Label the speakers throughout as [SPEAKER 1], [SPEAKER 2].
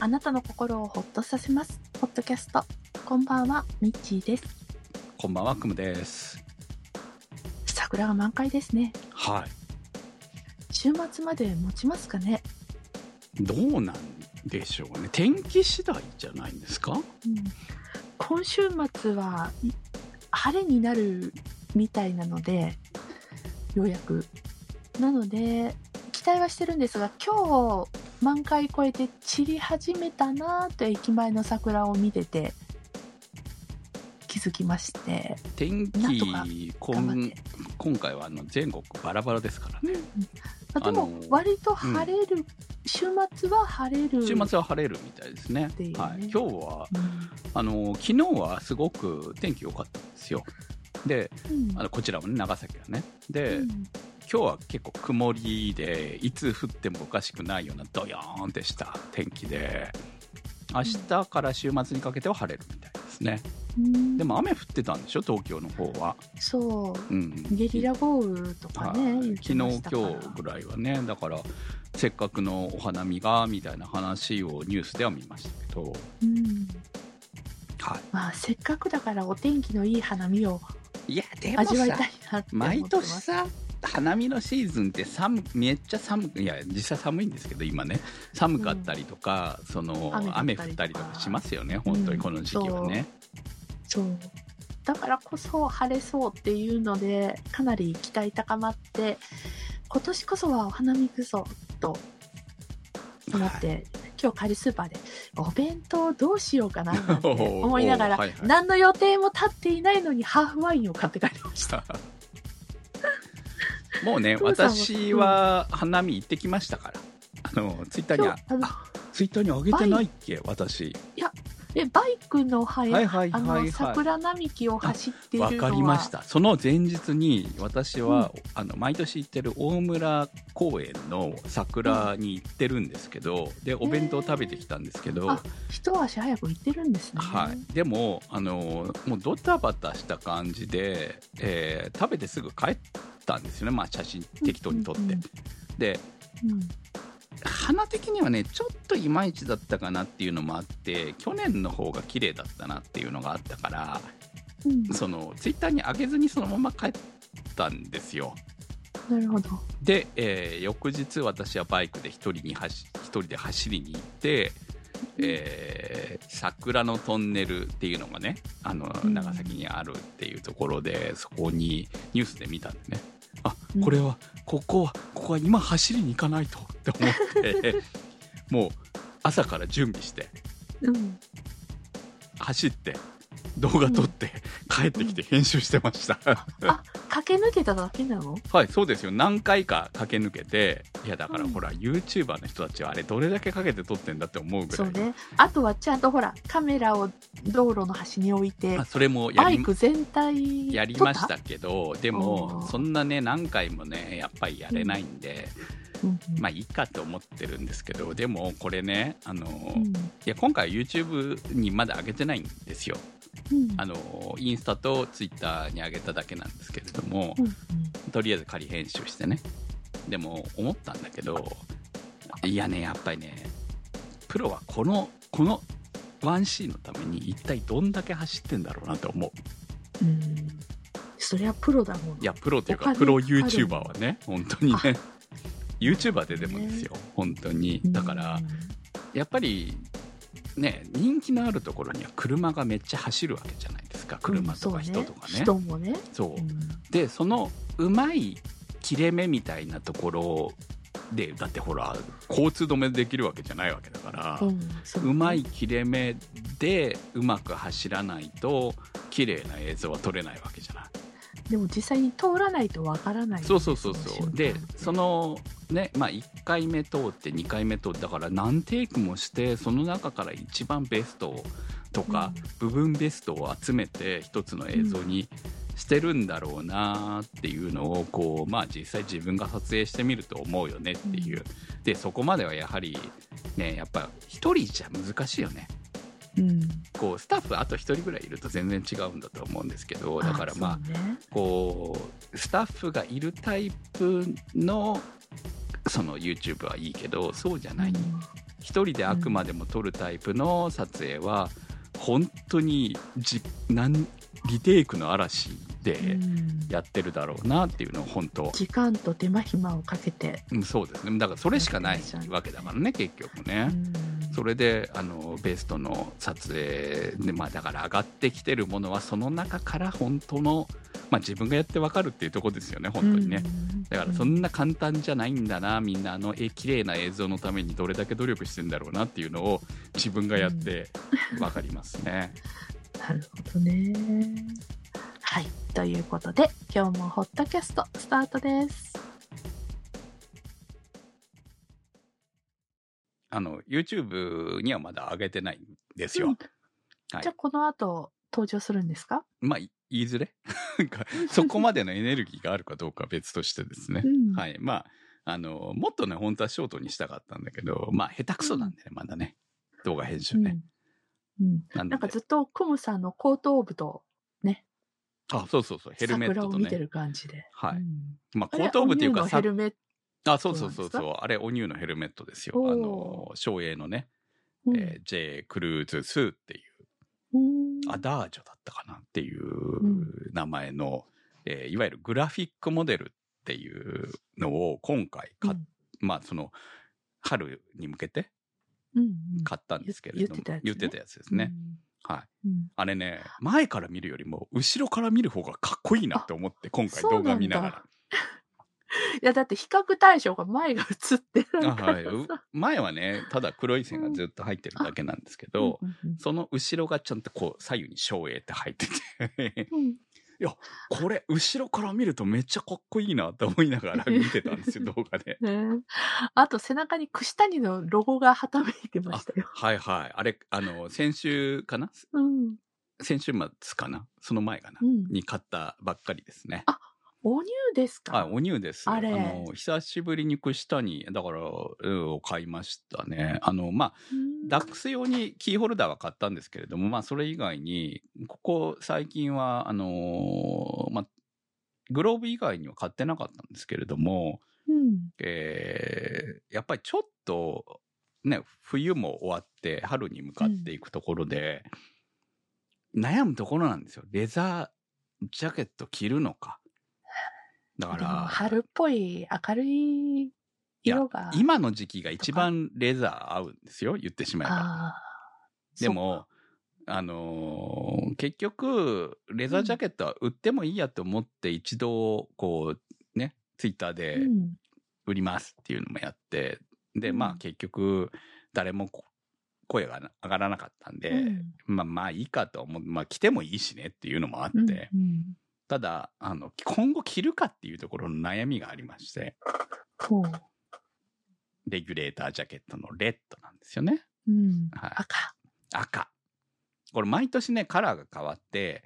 [SPEAKER 1] あなたの心をほっとさせます。ポッドキャスト。こんばんは、ミッチーです。
[SPEAKER 2] こんばんは、くむです。
[SPEAKER 1] 桜が満開ですね。
[SPEAKER 2] は
[SPEAKER 1] 週末まで持ちますかね。
[SPEAKER 2] い。どうなんでしょうね。天気次第じゃないんですか
[SPEAKER 1] うん、今週末はん晴れになるみたいなので、ようやく。なので、期待はしてるんですが、今日、満開超えて散り始めたなぁと駅前の桜を見てて、気づきまして。
[SPEAKER 2] 天
[SPEAKER 1] なんとか
[SPEAKER 2] 気、こ
[SPEAKER 1] 頑張っ
[SPEAKER 2] ん
[SPEAKER 1] て
[SPEAKER 2] 今回はあの全国バラバラですからね。
[SPEAKER 1] あで
[SPEAKER 2] あ
[SPEAKER 1] も
[SPEAKER 2] のー
[SPEAKER 1] 割と晴れる、週末は晴れる
[SPEAKER 2] 週末は晴れるみたいですね。
[SPEAKER 1] ていうね
[SPEAKER 2] はい、今日は
[SPEAKER 1] うん
[SPEAKER 2] あの昨日はすごく天気良かったんですよ。で、あのこちらもね長崎はね。で、
[SPEAKER 1] うん
[SPEAKER 2] 今日は結構曇りでいつ降ってもおかしくないようなドヨーンってした天気で、明日から週末にかけては晴れるみたいですね。
[SPEAKER 1] うん
[SPEAKER 2] でも雨降ってたんでしょ、東京の方は。
[SPEAKER 1] そう
[SPEAKER 2] うん、
[SPEAKER 1] ゲリラ豪雨とか
[SPEAKER 2] はい
[SPEAKER 1] ね、言っ
[SPEAKER 2] 昨
[SPEAKER 1] て
[SPEAKER 2] 日、
[SPEAKER 1] ま
[SPEAKER 2] 今
[SPEAKER 1] したから
[SPEAKER 2] 日ぐらいはね、だから、せっかくのお花見がみたいな話をニュースでは見ましたけど、
[SPEAKER 1] うん
[SPEAKER 2] は
[SPEAKER 1] まあ、せっかくだからお天気のいい花見を
[SPEAKER 2] い、いや、でも
[SPEAKER 1] 味わい
[SPEAKER 2] さ
[SPEAKER 1] た、いなって思って
[SPEAKER 2] 毎
[SPEAKER 1] ます
[SPEAKER 2] 年さ、花見のシーズンって寒めっちゃ寒く、いや、実際寒いんですけど、今ね、寒かったりとか、その
[SPEAKER 1] 雨
[SPEAKER 2] 雨
[SPEAKER 1] だ
[SPEAKER 2] 降
[SPEAKER 1] ったりとか
[SPEAKER 2] ったりとかしますよね、本当にこの時期はね。
[SPEAKER 1] そうだからこそ晴れそうっていうのでかなり期待高まって今年こそはお花見くぞと思って、今日帰りスーパーでお弁当どうしようかななんて思いながら、
[SPEAKER 2] おーはいはい
[SPEAKER 1] 何の予定も立っていないのにハーフワインを買って帰りました。
[SPEAKER 2] もうね、
[SPEAKER 1] トムさんは
[SPEAKER 2] 私は花見行ってきましたから。あの、ツイッターに
[SPEAKER 1] 今
[SPEAKER 2] あ
[SPEAKER 1] 日、あの
[SPEAKER 2] ツイッターにあげてないっけ、私。
[SPEAKER 1] えバイクのは
[SPEAKER 2] はいはい
[SPEAKER 1] あ
[SPEAKER 2] は
[SPEAKER 1] の
[SPEAKER 2] いは
[SPEAKER 1] 桜並木を走って
[SPEAKER 2] い。
[SPEAKER 1] いるの
[SPEAKER 2] わ
[SPEAKER 1] は
[SPEAKER 2] かりました。その前日に、私は、あの、毎年行ってる大村公園の桜に行ってるんですけど、で、お弁当食べてきたんですけど、
[SPEAKER 1] あ一足早く行ってるんですね。
[SPEAKER 2] はい、でも、あのもうドタバタした感じで、えー食べてすぐ帰ったんですよね、まあ、写真適当に撮って。
[SPEAKER 1] うんうん
[SPEAKER 2] で
[SPEAKER 1] うん
[SPEAKER 2] 花的にはねちょっといまいちだったかなっていうのもあって去年の方が綺麗だったなっていうのがあったから
[SPEAKER 1] うん
[SPEAKER 2] そのツイッターに上げずにそのまま帰ったんですよ。
[SPEAKER 1] なるほど。
[SPEAKER 2] で、えー翌日私はバイクで一人に走一人で走りに行って、えー桜のトンネルっていうのがねあの
[SPEAKER 1] うん
[SPEAKER 2] 長崎にあるっていうところで、そこにニュースで見たんでねあこれは、ここはここは今走りに行かないとって思って もう朝から準備して
[SPEAKER 1] うん
[SPEAKER 2] 走って動画撮って、帰ってきて編集してました。
[SPEAKER 1] あ、駆け抜けただけなの
[SPEAKER 2] はい、そうですよ。何回か駆け抜けて、いや、だからほら、YouTuber の人たちはあれ、どれだけかけて撮ってんだって思うぐ
[SPEAKER 1] そ
[SPEAKER 2] ら
[SPEAKER 1] う
[SPEAKER 2] い。
[SPEAKER 1] ね。あとはちゃんとほら、カメラを道路の端に置いて
[SPEAKER 2] あ、それもや
[SPEAKER 1] バ
[SPEAKER 2] り
[SPEAKER 1] イ、ク全体
[SPEAKER 2] やりまし
[SPEAKER 1] 撮った
[SPEAKER 2] けど、で
[SPEAKER 1] お
[SPEAKER 2] も
[SPEAKER 1] ー、
[SPEAKER 2] そんなね、何回もね、やっぱりやれないんで、
[SPEAKER 1] た。うんうん
[SPEAKER 2] まあいいかと思ってるんですけど、でも、これね、あの、
[SPEAKER 1] うん
[SPEAKER 2] いや、今回 YouTube にまだ上げてないんですよ。
[SPEAKER 1] うん
[SPEAKER 2] あの、インスタと Twitter に上げただけなんですけれども
[SPEAKER 1] う、んうん
[SPEAKER 2] とりあえず仮編集してねでも思ったんだけどいやねやっぱりねプロはこのこの 1C のために一体どんだけ走ってんだろうなと思う
[SPEAKER 1] うんそりゃプロだもん。
[SPEAKER 2] いやプロという
[SPEAKER 1] お金
[SPEAKER 2] かプロ
[SPEAKER 1] かかる
[SPEAKER 2] YouTuber はね本当に
[SPEAKER 1] あ
[SPEAKER 2] ね YouTuber ででもですよ本当に
[SPEAKER 1] うん
[SPEAKER 2] だから、やっぱりね人気のあるところには車がめっちゃ走るわけじゃないですか車とか人とか
[SPEAKER 1] うんそう人
[SPEAKER 2] ね
[SPEAKER 1] もね。
[SPEAKER 2] そう
[SPEAKER 1] うん
[SPEAKER 2] でそのうまい切れ目みたいなところでだってほら交通止めできるわけじゃないわけだから、
[SPEAKER 1] う
[SPEAKER 2] うん
[SPEAKER 1] そ
[SPEAKER 2] まい切れ目でうまく走らないと綺麗な映像は撮れないわけじゃない、
[SPEAKER 1] でも実際に通らないとわからない。
[SPEAKER 2] そうそうそうそ
[SPEAKER 1] の瞬
[SPEAKER 2] う
[SPEAKER 1] 間
[SPEAKER 2] でそのねまあ1回目通って2回目通ってだから何テイクもしてその中から一番ベストをとか、部分ベストを集めて一つの映像にしてるんだろうなっていうのをこうまあ実際自分が撮影してみると思うよねっていう、でそこまではやはりねやっぱ一人じゃ難しいよね
[SPEAKER 1] うん
[SPEAKER 2] こうスタッフあと一人ぐらいいると全然違うんだと思うんですけどだからまあ
[SPEAKER 1] そうね
[SPEAKER 2] こうスタッフがいるタイプのその YouTube はいいけどそうじゃない、
[SPEAKER 1] うん
[SPEAKER 2] 一人であくまでも撮るタイプの撮影は本当にじなんリテイクの嵐で
[SPEAKER 1] うん
[SPEAKER 2] やってるだろうなっていうのを本当、
[SPEAKER 1] 時間と手間暇をかけて、
[SPEAKER 2] うん、そうですねだからそれしかないわけだからね結局ね。
[SPEAKER 1] うん
[SPEAKER 2] それであのベストの撮影で、まあ、だから上がってきてるものはその中から本当の、まあ、自分がやってわかるっていうとこですよね本当にね、
[SPEAKER 1] うん
[SPEAKER 2] だからそんな簡単じゃないんだなみんなあのえ綺麗な映像のためにどれだけ努力してんだろうなっていうのを自分がやってわかりますね、
[SPEAKER 1] なるほどねはいということで今日もホットキャストスタートです
[SPEAKER 2] あの YouTube にはまだ上げてないんですよ、
[SPEAKER 1] うん
[SPEAKER 2] はい
[SPEAKER 1] じゃあこの後登場するんですか、
[SPEAKER 2] まあい言いずれ なんかそこまでのエネルギーがあるかどうかは別としてですね
[SPEAKER 1] うん
[SPEAKER 2] はい。まあ、あの、もっとね、本当はショートにしたかったんだけど、まあ、下手くそなんでね、まだね。動画編集ね。
[SPEAKER 1] うんうん
[SPEAKER 2] なん
[SPEAKER 1] なんか
[SPEAKER 2] で
[SPEAKER 1] ずっとクムさんの後頭部と
[SPEAKER 2] あ、そうそうそう、ヘルメッ
[SPEAKER 1] 桜
[SPEAKER 2] ト
[SPEAKER 1] を
[SPEAKER 2] と
[SPEAKER 1] 見て
[SPEAKER 2] ね。
[SPEAKER 1] る感じで、
[SPEAKER 2] はい
[SPEAKER 1] うん
[SPEAKER 2] まあ、
[SPEAKER 1] あれ
[SPEAKER 2] 後頭部っていう
[SPEAKER 1] お
[SPEAKER 2] か
[SPEAKER 1] 乳の
[SPEAKER 2] さ
[SPEAKER 1] ヘ、ルメット
[SPEAKER 2] あ、そうそうそう
[SPEAKER 1] どう
[SPEAKER 2] そう、あれ、お乳のヘルメットですよ。
[SPEAKER 1] おー
[SPEAKER 2] あの、照英のね、
[SPEAKER 1] うん
[SPEAKER 2] えー J. クルーズ2っていう、
[SPEAKER 1] うん
[SPEAKER 2] アダージョだったかなってい
[SPEAKER 1] ん
[SPEAKER 2] う名前の、えーいわゆるグラフィックモデルっていうのを今回買っ、まあ、その、春に向けて
[SPEAKER 1] うんうんうん
[SPEAKER 2] 買ったんですけれども、
[SPEAKER 1] 言
[SPEAKER 2] 言
[SPEAKER 1] っ
[SPEAKER 2] ってて
[SPEAKER 1] た
[SPEAKER 2] たやつですね。はい。
[SPEAKER 1] うん
[SPEAKER 2] あれね、前から見るよりも、後ろから見る方がかっこいいなって思って、今回
[SPEAKER 1] そうな
[SPEAKER 2] 動
[SPEAKER 1] んだ
[SPEAKER 2] 画見なが
[SPEAKER 1] いやだって比較対象が前が映ってる
[SPEAKER 2] ら。あ
[SPEAKER 1] から
[SPEAKER 2] はい、う前はね、ただ黒い線がずっと入ってるだけなんですけど、
[SPEAKER 1] うんうん
[SPEAKER 2] その後ろがちゃんとこう左右に照英って入ってて、
[SPEAKER 1] うんうん
[SPEAKER 2] これ後ろから見るとめっちゃかっこいいなと思いながら見てたんですよ、動画で。
[SPEAKER 1] ねえあと背中に串谷のロゴがはためいてましたよ。
[SPEAKER 2] はいはい。あれ、あの、先週かな
[SPEAKER 1] うん。
[SPEAKER 2] 先週末かなその前かな、
[SPEAKER 1] うん
[SPEAKER 2] に買ったばっかりですね。
[SPEAKER 1] お乳です
[SPEAKER 2] あ、
[SPEAKER 1] か。
[SPEAKER 2] お乳です。
[SPEAKER 1] あれ
[SPEAKER 2] の、久しぶりに串谷、だから、うん買いましたね。あの、まあ、
[SPEAKER 1] うん
[SPEAKER 2] ダックス用にキーホルダーは買ったんですけれども、まあ、それ以外に、ここ最近は、あのーまあ、グローブ以外には買ってなかったんですけれども、
[SPEAKER 1] うん。
[SPEAKER 2] えーやっぱりちょっと、ね、冬も終わって、春に向かっていくところで、悩むところなんですよ。レザージャケット着るのか。だか
[SPEAKER 1] でも
[SPEAKER 2] ら、
[SPEAKER 1] 春っぽい明るい色が。
[SPEAKER 2] 今の時期が一番レザー合うんですよ、言ってしまえば。
[SPEAKER 1] あー
[SPEAKER 2] でも、あのー結局、レザージャケットは売ってもいいやと思って一度、こう、ね、ツイッター
[SPEAKER 1] そ
[SPEAKER 2] で
[SPEAKER 1] ううん
[SPEAKER 2] 売りますっていうのもやって、で、
[SPEAKER 1] うん
[SPEAKER 2] まあ結局、誰もこ声が上がらなかったんで、
[SPEAKER 1] うん
[SPEAKER 2] まあまあいいかと思う。まあ着てもいいしねっていうのもあって、
[SPEAKER 1] うんうん
[SPEAKER 2] ただ、あの、今後着るかっていうところの悩みがありまして、
[SPEAKER 1] ほう
[SPEAKER 2] レギュレータージャケットのレッドなんですよね。
[SPEAKER 1] うん
[SPEAKER 2] はい
[SPEAKER 1] 赤。
[SPEAKER 2] 赤。これ毎年ね、カラーが変わって、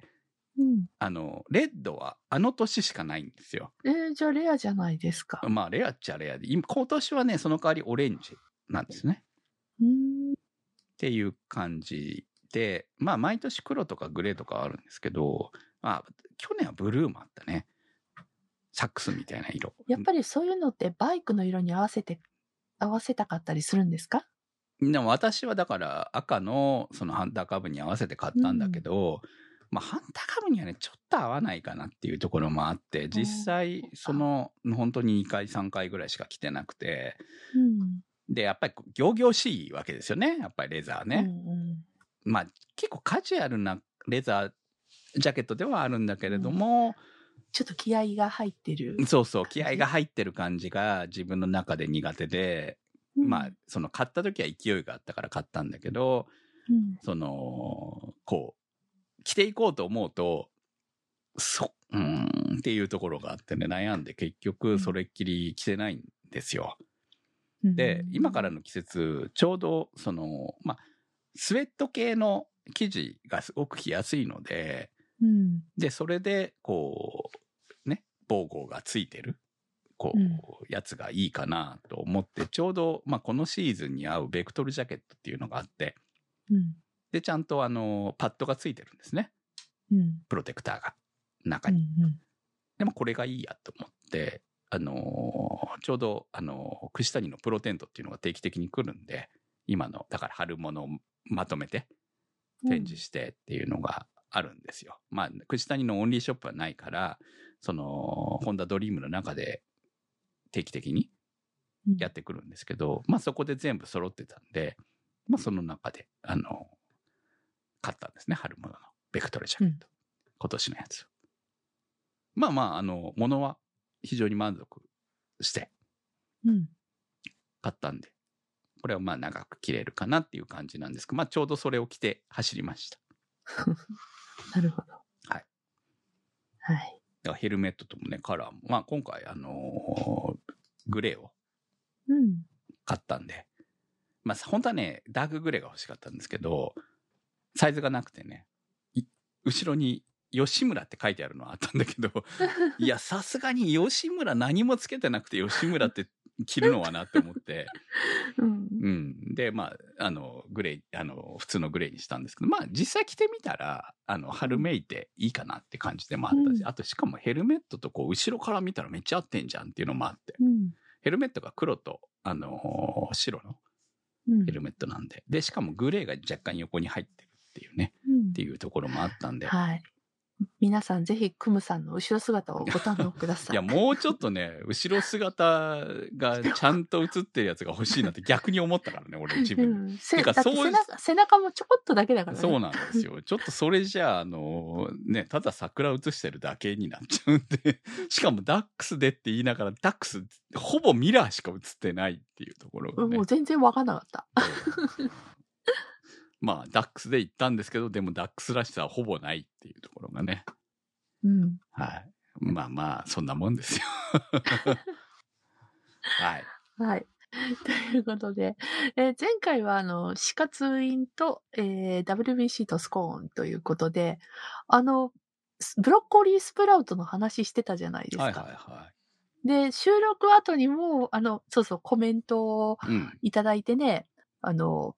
[SPEAKER 1] うん
[SPEAKER 2] あの、レッドはあの年しかないんですよ。
[SPEAKER 1] えーじゃあレアじゃないですか。
[SPEAKER 2] まあ、レアっちゃレアで、今今年はね、その代わりオレンジなんですね。
[SPEAKER 1] うん
[SPEAKER 2] っていう感じで、まあ、毎年黒とかグレーとかあるんですけど、まあ、去年はブルーもあったね。サックスみたいな色。
[SPEAKER 1] やっぱりそういうのってバイクの色に合わせて合わせたかったりするんですか。
[SPEAKER 2] でも私はだから赤のそのハンターカブに合わせて買ったんだけど、まあハンターカブにはね、ちょっと合わないかなっていうところもあって、実際その本当に2回3回ぐらいしか着てなくて、
[SPEAKER 1] うん
[SPEAKER 2] で、やっぱりこう仰々しいわけですよね。やっぱりレザーね。
[SPEAKER 1] うん
[SPEAKER 2] まあ結構カジュアルなレザージャケットではあるんだけれども、
[SPEAKER 1] ちょっと気合が入ってる。
[SPEAKER 2] そうそう、気合が入ってる感じが自分の中で苦手で、まあその買った時は勢いがあったから買ったんだけど、
[SPEAKER 1] うん
[SPEAKER 2] その、こう、着ていこうと思うと、そ、うーんっていうところがあってね、悩んで結局それっきり着てないんですよ。
[SPEAKER 1] うん
[SPEAKER 2] で、今からの季節、ちょうど、その、まあ、スウェット系の生地がすごく着やすいので、
[SPEAKER 1] うん
[SPEAKER 2] で、それで、こう、ね、防護がついてる、こう、
[SPEAKER 1] うん
[SPEAKER 2] やつがいいかなと思って、ちょうど、まあ、このシーズンに合うベクトルジャケットっていうのがあって、
[SPEAKER 1] うん
[SPEAKER 2] で、ちゃんとあの、パッドがついてるんですね。
[SPEAKER 1] うん
[SPEAKER 2] プロテクターが、
[SPEAKER 1] う
[SPEAKER 2] 中に。
[SPEAKER 1] ん
[SPEAKER 2] でもこれがいいやと思って、あのーちょうど、あのー串谷のプロテントっていうのが定期的に来るんで、今の、だから春物をまとめて
[SPEAKER 1] うん
[SPEAKER 2] 展示してっていうのがあるんですよ。まあ、串谷のオンリーショップはないから、その、ホンダドリームの中で定期的に
[SPEAKER 1] うん
[SPEAKER 2] やってくるんですけど、まあそこで全部揃ってたんで、まあその中で、あの、買ったんですね、春物のベクトルジャケット。今年のやつ。まあまあ、あの、物は非常に満足して
[SPEAKER 1] うん
[SPEAKER 2] 買ったんで、これはまあ長く着れるかなっていう感じなんですけど、まあちょうどそれを着て走りました。
[SPEAKER 1] なるほど。
[SPEAKER 2] はい。
[SPEAKER 1] はい。
[SPEAKER 2] だからヘルメットともね、カラーも。まあ今回、あのーグレーを
[SPEAKER 1] うん。
[SPEAKER 2] 買ったんで。まあ本当はね、ダークグレーが欲しかったんですけど、サイズがなくてね、い後ろに吉村って書いてあるのはあったんだけ ど、いや、さすがに吉村何もつけてなくて吉村って着るのはなって思って、
[SPEAKER 1] うん。
[SPEAKER 2] うん。で、まあ、あの、グレー、あの、普通のグレーにしたんですけど、まあ、実際着てみたら、あの、春めいていいかなって感じでもあったし、
[SPEAKER 1] うん
[SPEAKER 2] あとしかもヘルメットとこう、後ろから見たらめっちゃ合ってんじゃんっていうのもあって、
[SPEAKER 1] うん。
[SPEAKER 2] ヘルメットが黒と、あのー白の
[SPEAKER 1] うん
[SPEAKER 2] ヘルメットなんで、で、しかもグレーが若干横に入ってるっていうね、
[SPEAKER 1] うん
[SPEAKER 2] っていうところもあったんで、
[SPEAKER 1] はい。皆さん、ぜひ、クムさんの後ろ姿をご堪能ください。
[SPEAKER 2] いや、もうちょっとね、後ろ姿がちゃんと映ってるやつが欲しいなって逆に思ったからね、俺自分で。
[SPEAKER 1] うん、せ
[SPEAKER 2] て
[SPEAKER 1] だ
[SPEAKER 2] か
[SPEAKER 1] って
[SPEAKER 2] そう
[SPEAKER 1] 背中背中もちょこっとだけだからね。
[SPEAKER 2] そうなんですよ。ちょっとそれじゃあ、あの、ね、ただ桜写してるだけになっちゃうん で、しかもダックスでって言いながら、ダックス、ほぼミラーしか写ってないっていうところが
[SPEAKER 1] うん
[SPEAKER 2] ね
[SPEAKER 1] もう。全然わかんなかった。
[SPEAKER 2] まあ、ダックスで行ったんですけど、でもダックスらしさはほぼないっていうところがね。
[SPEAKER 1] うん。
[SPEAKER 2] はい。まあまあ、そんなもん ですよ。はい。
[SPEAKER 1] はい。 ということで、えー前回はあの、死活院と、えー WBC とスコーンということで、あの、スブロッコリースプラウトの話してたじゃないですか。
[SPEAKER 2] はいは
[SPEAKER 1] で、収録後にも、あの、そうそう、コメントを
[SPEAKER 2] いはい。うん。
[SPEAKER 1] いただいてね、あの、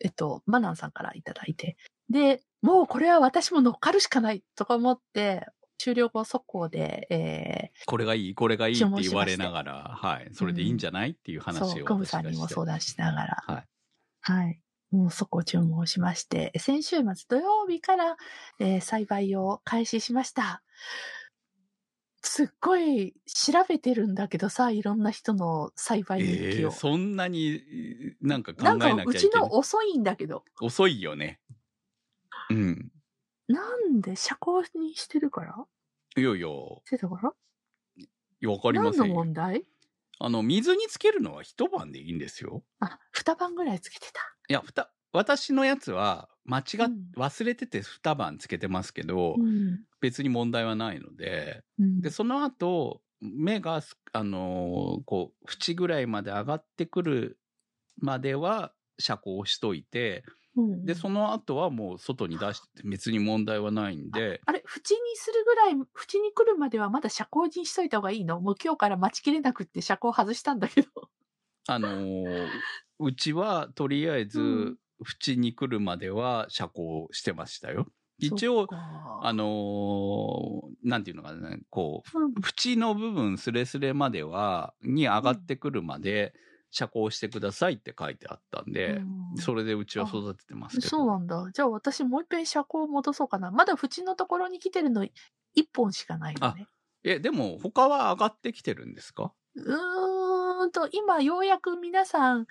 [SPEAKER 1] えっと、マナンさんからいただいて。で、もうこれは私も乗っかるしかないとか思って、終了後速攻で、え
[SPEAKER 2] これがいい、これがいいって言われながら、はい。それでいいんじゃないっていう
[SPEAKER 1] ー、
[SPEAKER 2] 話を
[SPEAKER 1] そう、クムさんにも
[SPEAKER 2] 私がして
[SPEAKER 1] 相談しながら、
[SPEAKER 2] はい。
[SPEAKER 1] はい。もうそこを注文しまして、先週末土曜日から、えー栽培を開始しました。すっごい調べてるんだけどさ、いろんな人の栽培日
[SPEAKER 2] え
[SPEAKER 1] 記
[SPEAKER 2] え
[SPEAKER 1] を。
[SPEAKER 2] そんなになんか考
[SPEAKER 1] な
[SPEAKER 2] え
[SPEAKER 1] ん
[SPEAKER 2] なき
[SPEAKER 1] か
[SPEAKER 2] ゃいけないう
[SPEAKER 1] ちの遅いんだけど、
[SPEAKER 2] 遅いよね。うん。
[SPEAKER 1] なんで遮光にしてるから
[SPEAKER 2] いやいや、
[SPEAKER 1] してたから
[SPEAKER 2] わかりま
[SPEAKER 1] 何
[SPEAKER 2] せ
[SPEAKER 1] の
[SPEAKER 2] んよ。
[SPEAKER 1] 問題
[SPEAKER 2] あの、水につけるのは一晩でいいんですよ。
[SPEAKER 1] あ、二晩ぐらいつけてた。
[SPEAKER 2] いや、ふた、私のやつは、間違っ、
[SPEAKER 1] うん
[SPEAKER 2] 忘れてて二晩つけてますけど、
[SPEAKER 1] うん。
[SPEAKER 2] 別に問題はないので、
[SPEAKER 1] うん
[SPEAKER 2] で、その後、目がす、あのーこう、縁ぐらいまで上がってくるまでは、遮光しといて、
[SPEAKER 1] うん
[SPEAKER 2] で、その後はもう外に出して、別に問題はないんで、
[SPEAKER 1] あれ、縁にするぐらい、縁に来るまではまだ遮光にしといた方がいいのもう今日から待ちきれなくって遮光外したんだけど。
[SPEAKER 2] あの ーうちはとりあえず、
[SPEAKER 1] うん
[SPEAKER 2] 縁に来るまでは遮光してましたよ。一応、あ
[SPEAKER 1] あ
[SPEAKER 2] のーなんていうのかな、こう、
[SPEAKER 1] うん、
[SPEAKER 2] 縁の部分スレスレまでは、に上がってくるまで遮光してくださいって書いてあったんで、
[SPEAKER 1] うん
[SPEAKER 2] それでうちは育ててますけど。
[SPEAKER 1] そうなんだ。じゃあ私もう一遍車高戻そうかな。まだ縁のところに来てるの一本しかないのね。
[SPEAKER 2] え、でも他は上がってきてるんですか
[SPEAKER 1] うーんと、今ようやく皆さん、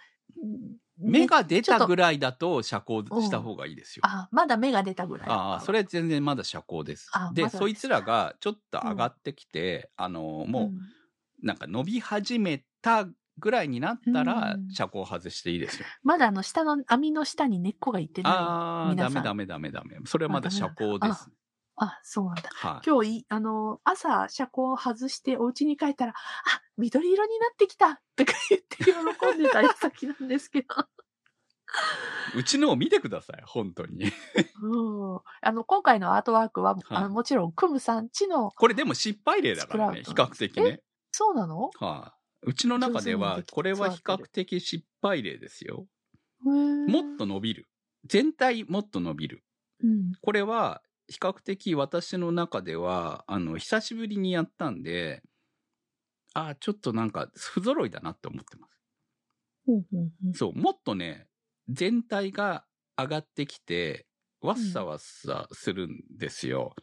[SPEAKER 2] 芽
[SPEAKER 1] ね
[SPEAKER 2] が出
[SPEAKER 1] ちょったと
[SPEAKER 2] ぐらいだと遮光した方がいいですよ。
[SPEAKER 1] あ、まだ芽が出たぐらい。
[SPEAKER 2] ああ、それ全然まだ遮光です
[SPEAKER 1] あ。
[SPEAKER 2] で、
[SPEAKER 1] まだです
[SPEAKER 2] そいつらがちょっと上がってきて、あの、も
[SPEAKER 1] ん
[SPEAKER 2] うなんか伸び始めたぐらいになったら
[SPEAKER 1] うん
[SPEAKER 2] 遮光外していいですよ。
[SPEAKER 1] まだあの下の網の下に根っこがいってない。あ
[SPEAKER 2] ああ、
[SPEAKER 1] 皆
[SPEAKER 2] ダ
[SPEAKER 1] さん
[SPEAKER 2] メダメダメダメ。それはまだ
[SPEAKER 1] あダメ
[SPEAKER 2] 遮
[SPEAKER 1] なんだ
[SPEAKER 2] 光です。
[SPEAKER 1] そうなんだ。
[SPEAKER 2] はい。
[SPEAKER 1] 今日い、あの、朝、車高を外してお家に帰ったら、あ、緑色になってきたとか言って喜んでた矢先なんですけど。
[SPEAKER 2] うちのを見てください、本当に。
[SPEAKER 1] うん。あの、今回のアートワークは、あのもちろん、クムさんちの、
[SPEAKER 2] これでも失敗例だからね、比
[SPEAKER 1] スプラ
[SPEAKER 2] 較
[SPEAKER 1] ウト
[SPEAKER 2] 的ね。
[SPEAKER 1] そうなの
[SPEAKER 2] はい。うちの
[SPEAKER 1] 上
[SPEAKER 2] 中で
[SPEAKER 1] 手に
[SPEAKER 2] は
[SPEAKER 1] でき、て
[SPEAKER 2] これは比較的失敗例ですよ。
[SPEAKER 1] も
[SPEAKER 2] もっと、伸びる。全体もっと伸びる。
[SPEAKER 1] うん。
[SPEAKER 2] これは、比較的私の中では、あの、久しぶりにやったんで、ああ、ちょっとなんか不揃いだなって思ってます。
[SPEAKER 1] ほうほうほう
[SPEAKER 2] そう、もっとね、全体が上がってきて、わっさわっさするんですよ。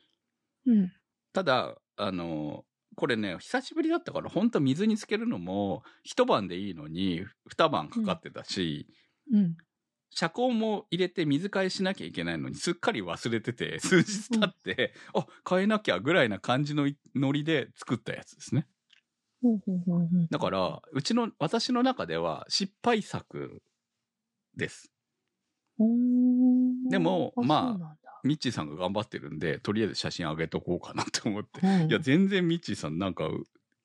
[SPEAKER 1] うん
[SPEAKER 2] ただ、あの、これね、久しぶりだったから、本当水につけるのも、一晩でいいのに、二晩かかってたし、
[SPEAKER 1] うん
[SPEAKER 2] 遮光も入れて水替えしなきゃいけないのに、すっかり忘れてて、数日経って、あ、変えなきゃぐらいな感じのノリで作ったやつですね。
[SPEAKER 1] ほうほうほうほう
[SPEAKER 2] だから、うちの、私の中では失敗作です。
[SPEAKER 1] ほう
[SPEAKER 2] でも
[SPEAKER 1] あ
[SPEAKER 2] まあ
[SPEAKER 1] そうなんだ
[SPEAKER 2] ミッチーさんが頑張ってるんで、とりあえず写真上げとこうかなと思って。
[SPEAKER 1] うん
[SPEAKER 2] いや、全然ミッチーさんなんか、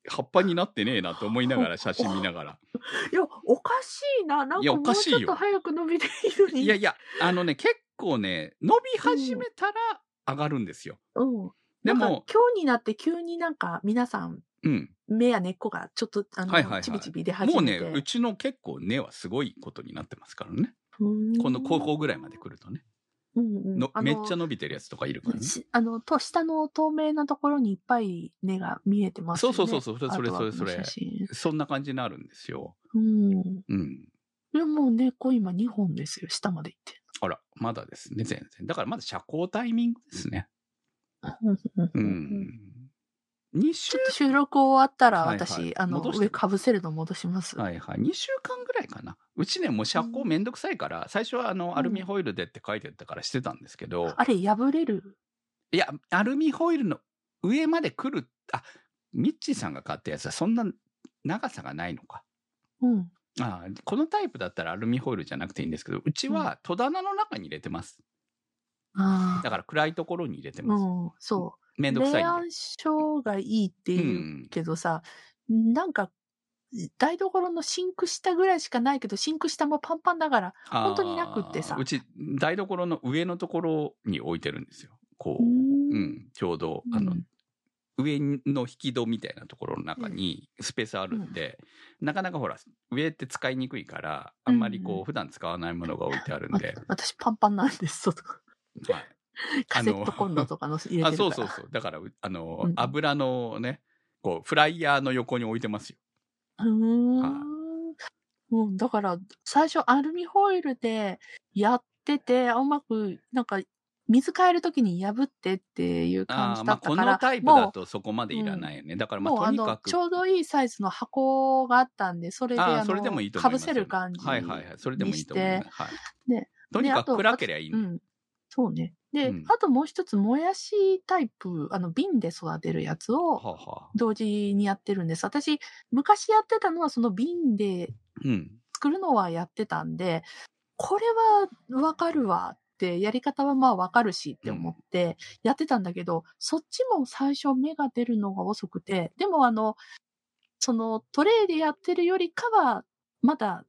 [SPEAKER 2] 葉っぱになってねえなと思いながら、写真見ながら。
[SPEAKER 1] いや、おかしいな。なん
[SPEAKER 2] いや
[SPEAKER 1] か
[SPEAKER 2] お
[SPEAKER 1] も
[SPEAKER 2] か
[SPEAKER 1] う
[SPEAKER 2] しい
[SPEAKER 1] ち
[SPEAKER 2] よ
[SPEAKER 1] ょっと早く伸びていいのに。
[SPEAKER 2] いやいや、あのね、結構ね、伸び始めたら上がるんですよ。
[SPEAKER 1] うん。
[SPEAKER 2] で
[SPEAKER 1] なんか
[SPEAKER 2] も、
[SPEAKER 1] 今日になって急になんか皆さん、
[SPEAKER 2] うん。
[SPEAKER 1] 目や根っこがちょっと、あの、
[SPEAKER 2] はいはいはい
[SPEAKER 1] ちびちび出始
[SPEAKER 2] もう
[SPEAKER 1] めて。
[SPEAKER 2] ね、うちの結構根はすごいことになってますからね。
[SPEAKER 1] う
[SPEAKER 2] この高校ぐらいまで来るとね。
[SPEAKER 1] うんうん
[SPEAKER 2] の
[SPEAKER 1] あの
[SPEAKER 2] めっちゃ伸びてるやつとかいるからね。
[SPEAKER 1] しあの、と、下の透明なところにいっぱい根が見えてます
[SPEAKER 2] そ
[SPEAKER 1] よ
[SPEAKER 2] う
[SPEAKER 1] ね。
[SPEAKER 2] そうそう、そうそれ
[SPEAKER 1] あ
[SPEAKER 2] それ
[SPEAKER 1] と
[SPEAKER 2] それ
[SPEAKER 1] は
[SPEAKER 2] そ
[SPEAKER 1] こ
[SPEAKER 2] れ
[SPEAKER 1] の写。真。
[SPEAKER 2] そんな感じになるんですよ。
[SPEAKER 1] うん。
[SPEAKER 2] うん。
[SPEAKER 1] でもう根っこ今2本ですよ。下まで行って。
[SPEAKER 2] あら、まだですね、全然。だからまだ遮光タイミングですね。う。
[SPEAKER 1] うん
[SPEAKER 2] 2
[SPEAKER 1] ち
[SPEAKER 2] 週
[SPEAKER 1] ょっと収録終わったら
[SPEAKER 2] はいはい
[SPEAKER 1] 私、あの、
[SPEAKER 2] 戻して
[SPEAKER 1] 上かぶせるの戻します。
[SPEAKER 2] はいはい。2週間ぐらいかな。うちね、もう遮光めんどくさいから、最初はあの、アルミホイルでって書いてたからしてたんですけど、
[SPEAKER 1] あれ、破れる
[SPEAKER 2] いや、アルミホイルの上まで来る、あ、ミッチーさんが買ったやつはそんな長さがないのか。
[SPEAKER 1] うん。
[SPEAKER 2] あーこのタイプだったらアルミホイルじゃなくていいんですけど、うちは戸棚の中に入れてます。
[SPEAKER 1] ああ。
[SPEAKER 2] だから暗いところに入れてます。
[SPEAKER 1] うん、そ
[SPEAKER 2] め
[SPEAKER 1] う。
[SPEAKER 2] んどくさい
[SPEAKER 1] 霊
[SPEAKER 2] んで。
[SPEAKER 1] 安症がいいって
[SPEAKER 2] う。
[SPEAKER 1] いうんけどさ、なんか、台所のシンク下ぐらいしかないけど、シンク下もパンパンだから、
[SPEAKER 2] あー
[SPEAKER 1] 本当になくってさ
[SPEAKER 2] うち、台所の上のところに置いてるんですよ。こう。うん、ちょうど、あの、
[SPEAKER 1] うん
[SPEAKER 2] 上の引き戸みたいなところの中にスペースあるんで、なかなかほら、上って使いにくいから、あんまり
[SPEAKER 1] うん
[SPEAKER 2] こ
[SPEAKER 1] う、
[SPEAKER 2] うん普段使わないものが置いてあるんで、
[SPEAKER 1] 私パンパンなんです、外
[SPEAKER 2] はい。
[SPEAKER 1] カセットコンロとかの入れてるから。
[SPEAKER 2] あ、そうそうそう。だから、うあの、
[SPEAKER 1] うん
[SPEAKER 2] 油のね、こう、フライヤーの横に置いてますよ。
[SPEAKER 1] うーん
[SPEAKER 2] はい
[SPEAKER 1] うん、だから、最初アルミホイルでやってて、あうまく、なんか、水変えるときに破ってっていう感
[SPEAKER 2] あ
[SPEAKER 1] じだ
[SPEAKER 2] ーまあ、
[SPEAKER 1] った
[SPEAKER 2] こ
[SPEAKER 1] から、
[SPEAKER 2] のタイプ
[SPEAKER 1] も
[SPEAKER 2] だ
[SPEAKER 1] う
[SPEAKER 2] とそこまでいらないよね。だから、ま
[SPEAKER 1] もう
[SPEAKER 2] あ、と
[SPEAKER 1] あ
[SPEAKER 2] にか
[SPEAKER 1] の
[SPEAKER 2] く。
[SPEAKER 1] ちょうどいいサイズの箱があったんでそれで
[SPEAKER 2] あ
[SPEAKER 1] あ
[SPEAKER 2] あ、それでもいいと
[SPEAKER 1] のかぶ
[SPEAKER 2] 思います。
[SPEAKER 1] せる感じ
[SPEAKER 2] はいはいはい。それでもいいと思います。はい。
[SPEAKER 1] ね
[SPEAKER 2] とにか
[SPEAKER 1] あと
[SPEAKER 2] く暗けりゃいいん
[SPEAKER 1] う
[SPEAKER 2] だよ
[SPEAKER 1] んそうねで、
[SPEAKER 2] うん
[SPEAKER 1] あともう一つもやしタイプあの瓶で育てるやつを
[SPEAKER 2] はあはあ。
[SPEAKER 1] 同時にやってるんです私昔やってたのはその瓶で
[SPEAKER 2] うん。
[SPEAKER 1] 作るのはやってたんでこれはわかるわってやり方はまあわかるしって思ってやってたんだけど、そっちも最初芽が出るのが遅くてでもあのそのトレイでやってるよりかはまだ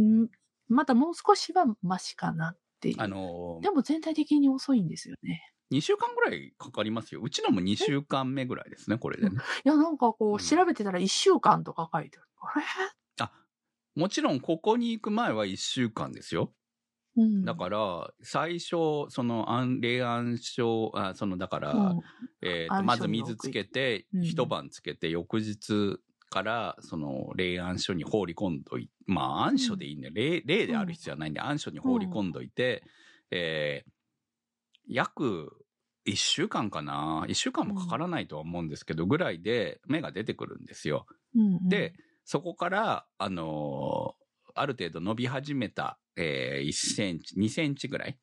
[SPEAKER 1] んまだもう少しはマシかなっていう
[SPEAKER 2] あのー
[SPEAKER 1] でも全体的に遅いんですよね
[SPEAKER 2] 2週間ぐらいかかりますよ。うちのも2週間目ぐらいですね、これでね。
[SPEAKER 1] いやなんかこ
[SPEAKER 2] うん
[SPEAKER 1] う調べてたら1週間とか書いてあるあれ
[SPEAKER 2] あ、もちろんここに行く前は1週間ですよ。
[SPEAKER 1] うん、
[SPEAKER 2] だから、最初、その、安、霊安症、あ、その、だから、
[SPEAKER 1] うん
[SPEAKER 2] えー
[SPEAKER 1] 暗
[SPEAKER 2] と、
[SPEAKER 1] 証
[SPEAKER 2] まず水つけて、
[SPEAKER 1] うん
[SPEAKER 2] 一晩つけて、翌日から、その、霊安所に放り込んどいまあ、暗所でいいんだよ。霊、霊である必要はないんで、暗所に放り込んどいて、えー約、一週間かな一週間もかからないとは思うんですけど、ぐらいで芽が出てくるんですよ。
[SPEAKER 1] うんうん
[SPEAKER 2] で、そこから、あのーある程度伸び始めた、えー1センチ、2センチぐらい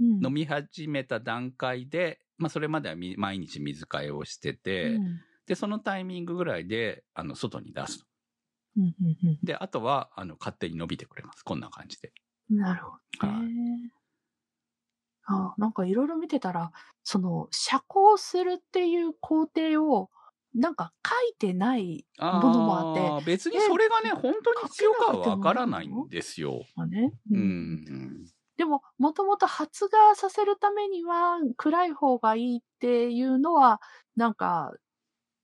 [SPEAKER 1] うん
[SPEAKER 2] 飲み始めた段階で、まあ、それまではみ毎日水替えをしてて、
[SPEAKER 1] うん
[SPEAKER 2] で、そのタイミングぐらいで、あの、外に出すと。
[SPEAKER 1] うんうんうん
[SPEAKER 2] で、あとは、あの、勝手に伸びてくれます。こんな感じで。
[SPEAKER 1] なるほどね。
[SPEAKER 2] はい
[SPEAKER 1] あなんかいろいろ見てたら、その、遮光するっていう工程を、なんか書いてない
[SPEAKER 2] あ
[SPEAKER 1] ものもあ
[SPEAKER 2] ー別にそれがね、
[SPEAKER 1] え
[SPEAKER 2] 本当に必要かはわからないんですよ。
[SPEAKER 1] のね。
[SPEAKER 2] う。ん。
[SPEAKER 1] でも、もともと発芽させるためには、暗い方がいいっていうのは、なんか、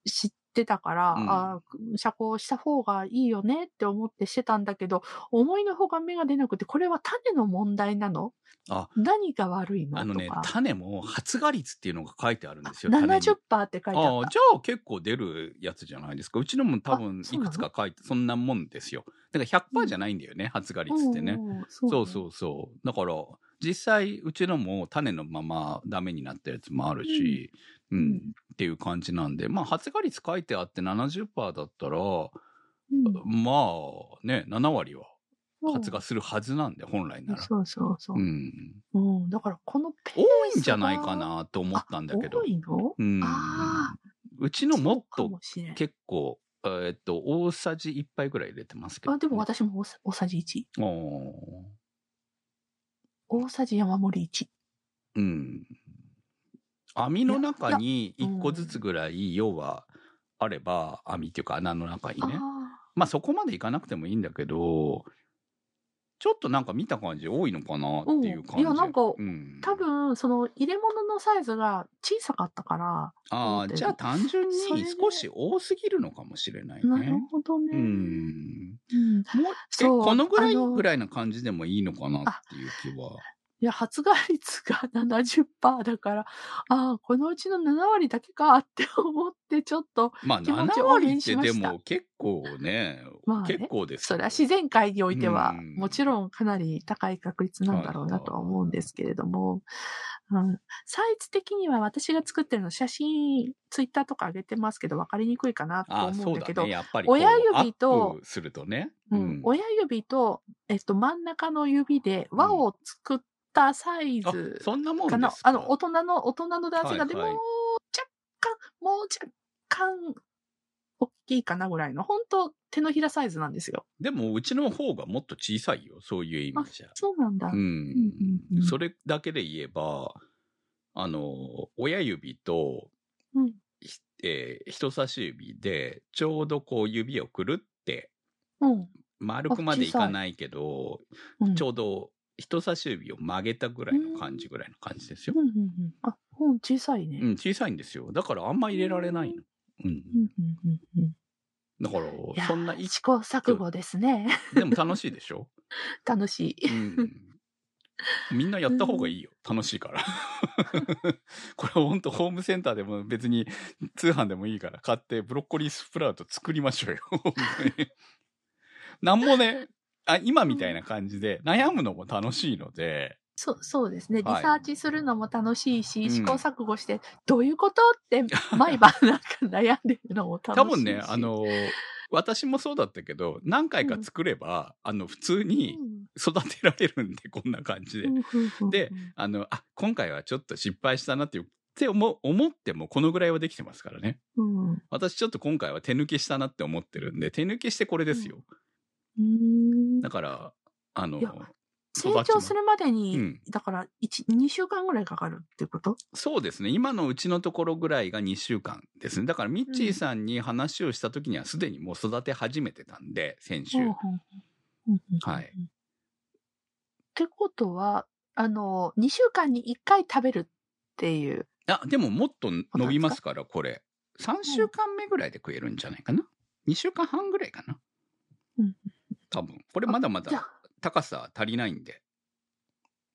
[SPEAKER 1] 知っってたから、
[SPEAKER 2] うん
[SPEAKER 1] あー遮光した方がいいよねって思ってしてたんだけど、思いのほか芽が出なくて、これは種の問題なの
[SPEAKER 2] あ
[SPEAKER 1] 何が悪いの
[SPEAKER 2] あのね
[SPEAKER 1] とか。
[SPEAKER 2] 種も発芽率っていうのが書いてあるんですよ種に
[SPEAKER 1] 70%って書いてあ
[SPEAKER 2] あ
[SPEAKER 1] っ
[SPEAKER 2] あ
[SPEAKER 1] た。
[SPEAKER 2] じゃあ結構出るやつじゃないですかうちのも多分
[SPEAKER 1] あ
[SPEAKER 2] い
[SPEAKER 1] そうなの
[SPEAKER 2] くつか書いてそんなもんですよだから100%じゃないんだよね、発芽率ってね、
[SPEAKER 1] うんうんそ
[SPEAKER 2] そう
[SPEAKER 1] う
[SPEAKER 2] そうそうだから実際うちのも種のままダメになったやつもあるし、うん
[SPEAKER 1] うん
[SPEAKER 2] っていう感じなんでまあ発芽率書いてあって70%だったら、
[SPEAKER 1] うん。
[SPEAKER 2] まあね7割は
[SPEAKER 1] うん
[SPEAKER 2] 発芽するはずなんで本来なら、
[SPEAKER 1] そうそうそうう。
[SPEAKER 2] ん、
[SPEAKER 1] うん。だからこのペー
[SPEAKER 2] 多いんじゃないかなと思ったんだけど
[SPEAKER 1] 多、いの
[SPEAKER 2] うん、
[SPEAKER 1] ああ
[SPEAKER 2] うちのもっ
[SPEAKER 1] そう
[SPEAKER 2] と
[SPEAKER 1] かもしれん
[SPEAKER 2] 結構、えーっと、大さじ1杯ぐらい入れてますけど、
[SPEAKER 1] あ、でも私も大さ大さじ1。
[SPEAKER 2] おー
[SPEAKER 1] 大さじ山盛り1。
[SPEAKER 2] うん。網の中に1個ずつぐらい、要は、あれば、網っていうか穴の中に
[SPEAKER 1] あ
[SPEAKER 2] ね。
[SPEAKER 1] あ。
[SPEAKER 2] まあそこまでいかなくてもいいんだけど、ちょっとなんか見た感じ多いのかなっていう感じ。
[SPEAKER 1] うんいやなんか
[SPEAKER 2] うん
[SPEAKER 1] 多分、その入れ物のサイズが小さかったから、
[SPEAKER 2] ああ、じゃあ単純に
[SPEAKER 1] それで
[SPEAKER 2] 少し多すぎるのかもしれない
[SPEAKER 1] なる
[SPEAKER 2] ね。
[SPEAKER 1] ほどね。
[SPEAKER 2] う
[SPEAKER 1] う
[SPEAKER 2] ん。
[SPEAKER 1] ん
[SPEAKER 2] もうえ
[SPEAKER 1] そう
[SPEAKER 2] このぐら
[SPEAKER 1] あ
[SPEAKER 2] い
[SPEAKER 1] の
[SPEAKER 2] ぐらいな感じでもいいのかなっていう気は。
[SPEAKER 1] いや、発芽率が70%だから、ああ、このうちの7割だけかって思って、ちょっと、
[SPEAKER 2] まあ
[SPEAKER 1] 気持ち
[SPEAKER 2] 7
[SPEAKER 1] を応
[SPEAKER 2] 割
[SPEAKER 1] 援
[SPEAKER 2] っ
[SPEAKER 1] してま
[SPEAKER 2] で
[SPEAKER 1] した
[SPEAKER 2] も結構ね、
[SPEAKER 1] まあね
[SPEAKER 2] 結構です
[SPEAKER 1] そ
[SPEAKER 2] よ。
[SPEAKER 1] れは自然界においては
[SPEAKER 2] うん、
[SPEAKER 1] もちろんかなり高い確率なんだろうなとは思うんですけれども、うん、サイズ的には私が作ってるの写真、ツイッターとか上げてますけど、分かりにくいかなと
[SPEAKER 2] ああ
[SPEAKER 1] 思
[SPEAKER 2] そ
[SPEAKER 1] うんだ
[SPEAKER 2] うだ
[SPEAKER 1] けど、
[SPEAKER 2] ね。やっぱりこう
[SPEAKER 1] 親指と
[SPEAKER 2] アップするとね。
[SPEAKER 1] う
[SPEAKER 2] うんん、
[SPEAKER 1] 親指と、えっと、真ん中の指で輪を作ったサイ
[SPEAKER 2] あ
[SPEAKER 1] ズ
[SPEAKER 2] そんなもんで
[SPEAKER 1] か
[SPEAKER 2] す
[SPEAKER 1] な、
[SPEAKER 2] か。
[SPEAKER 1] あの、大人の、大人の男性が、
[SPEAKER 2] はいはい
[SPEAKER 1] でも、若干、もう若干、大きいかなぐらいの、本当手のひらサイズなんですよ。
[SPEAKER 2] でもうちの方がもっと小さいよ。そういう意味じゃ。
[SPEAKER 1] そうなんだ。
[SPEAKER 2] うん。
[SPEAKER 1] うんうん
[SPEAKER 2] それだけで言えば、あの親指と、
[SPEAKER 1] うん
[SPEAKER 2] ひえー人差し指でちょうどこう指をくるって
[SPEAKER 1] うん。
[SPEAKER 2] 丸くまでいかないけど、
[SPEAKER 1] うん
[SPEAKER 2] ちょうど人差し指を曲げたぐらいの感じぐらいの感じですよ
[SPEAKER 1] う。んうんうん。あ、うん、小さいね。
[SPEAKER 2] うん、小さいんですよ。だからあんま入れられないの。
[SPEAKER 1] う
[SPEAKER 2] うん。
[SPEAKER 1] んうんうんうん
[SPEAKER 2] だか
[SPEAKER 1] いや
[SPEAKER 2] ら、そんな一
[SPEAKER 1] 試行錯誤ですね。
[SPEAKER 2] でも楽しいでしょ
[SPEAKER 1] 楽しい。
[SPEAKER 2] うん。みんなやった方がいいよ。楽しいから。 これほんとホームセンターでも別に通販でもいいから買ってブロッコリースプラウト作りましょ うよ。本当になんもね、あ今みたいな感じで悩むのも楽しいので、
[SPEAKER 1] そう、そうですね。リサ
[SPEAKER 2] は
[SPEAKER 1] ー
[SPEAKER 2] い
[SPEAKER 1] チするのも楽しいし、
[SPEAKER 2] うん
[SPEAKER 1] 試行錯誤して、どういうことって、毎晩なんか悩んでるのも楽しいし。
[SPEAKER 2] 多分ね、あ、の、私もそうだったけど、何回か作れば、あの、普通
[SPEAKER 1] う
[SPEAKER 2] に
[SPEAKER 1] ん
[SPEAKER 2] 育てられるんで、こんな感じで。で、あの、あ、今回はちょっと失敗したなっていう、って思う思ってもこのぐらいはできてますからね。
[SPEAKER 1] うんうん
[SPEAKER 2] 私ちょっと今回は手抜きしたなって思ってるんで、手抜きしてこれですよ。
[SPEAKER 1] うん
[SPEAKER 2] だから、あの
[SPEAKER 1] いや、成
[SPEAKER 2] 育ちも
[SPEAKER 1] 長するまでに、
[SPEAKER 2] うん
[SPEAKER 1] だから一2週間ぐらいかかるってこと
[SPEAKER 2] そうですね。今のうちのところぐらいが2週間ですね。だから、ミッチーさんに話をした時にはすでにもう育て始めてたんで、先週。
[SPEAKER 1] うんうんうん
[SPEAKER 2] はい
[SPEAKER 1] ってことはあの2週間に1回食べるっていう
[SPEAKER 2] あ、でももっと伸びますから、これ。3週間目ぐらいで食えるんじゃないかな。2週間半ぐらいかな
[SPEAKER 1] うん。
[SPEAKER 2] 多分。これまだま
[SPEAKER 1] じゃ
[SPEAKER 2] だ高さ足りないんで。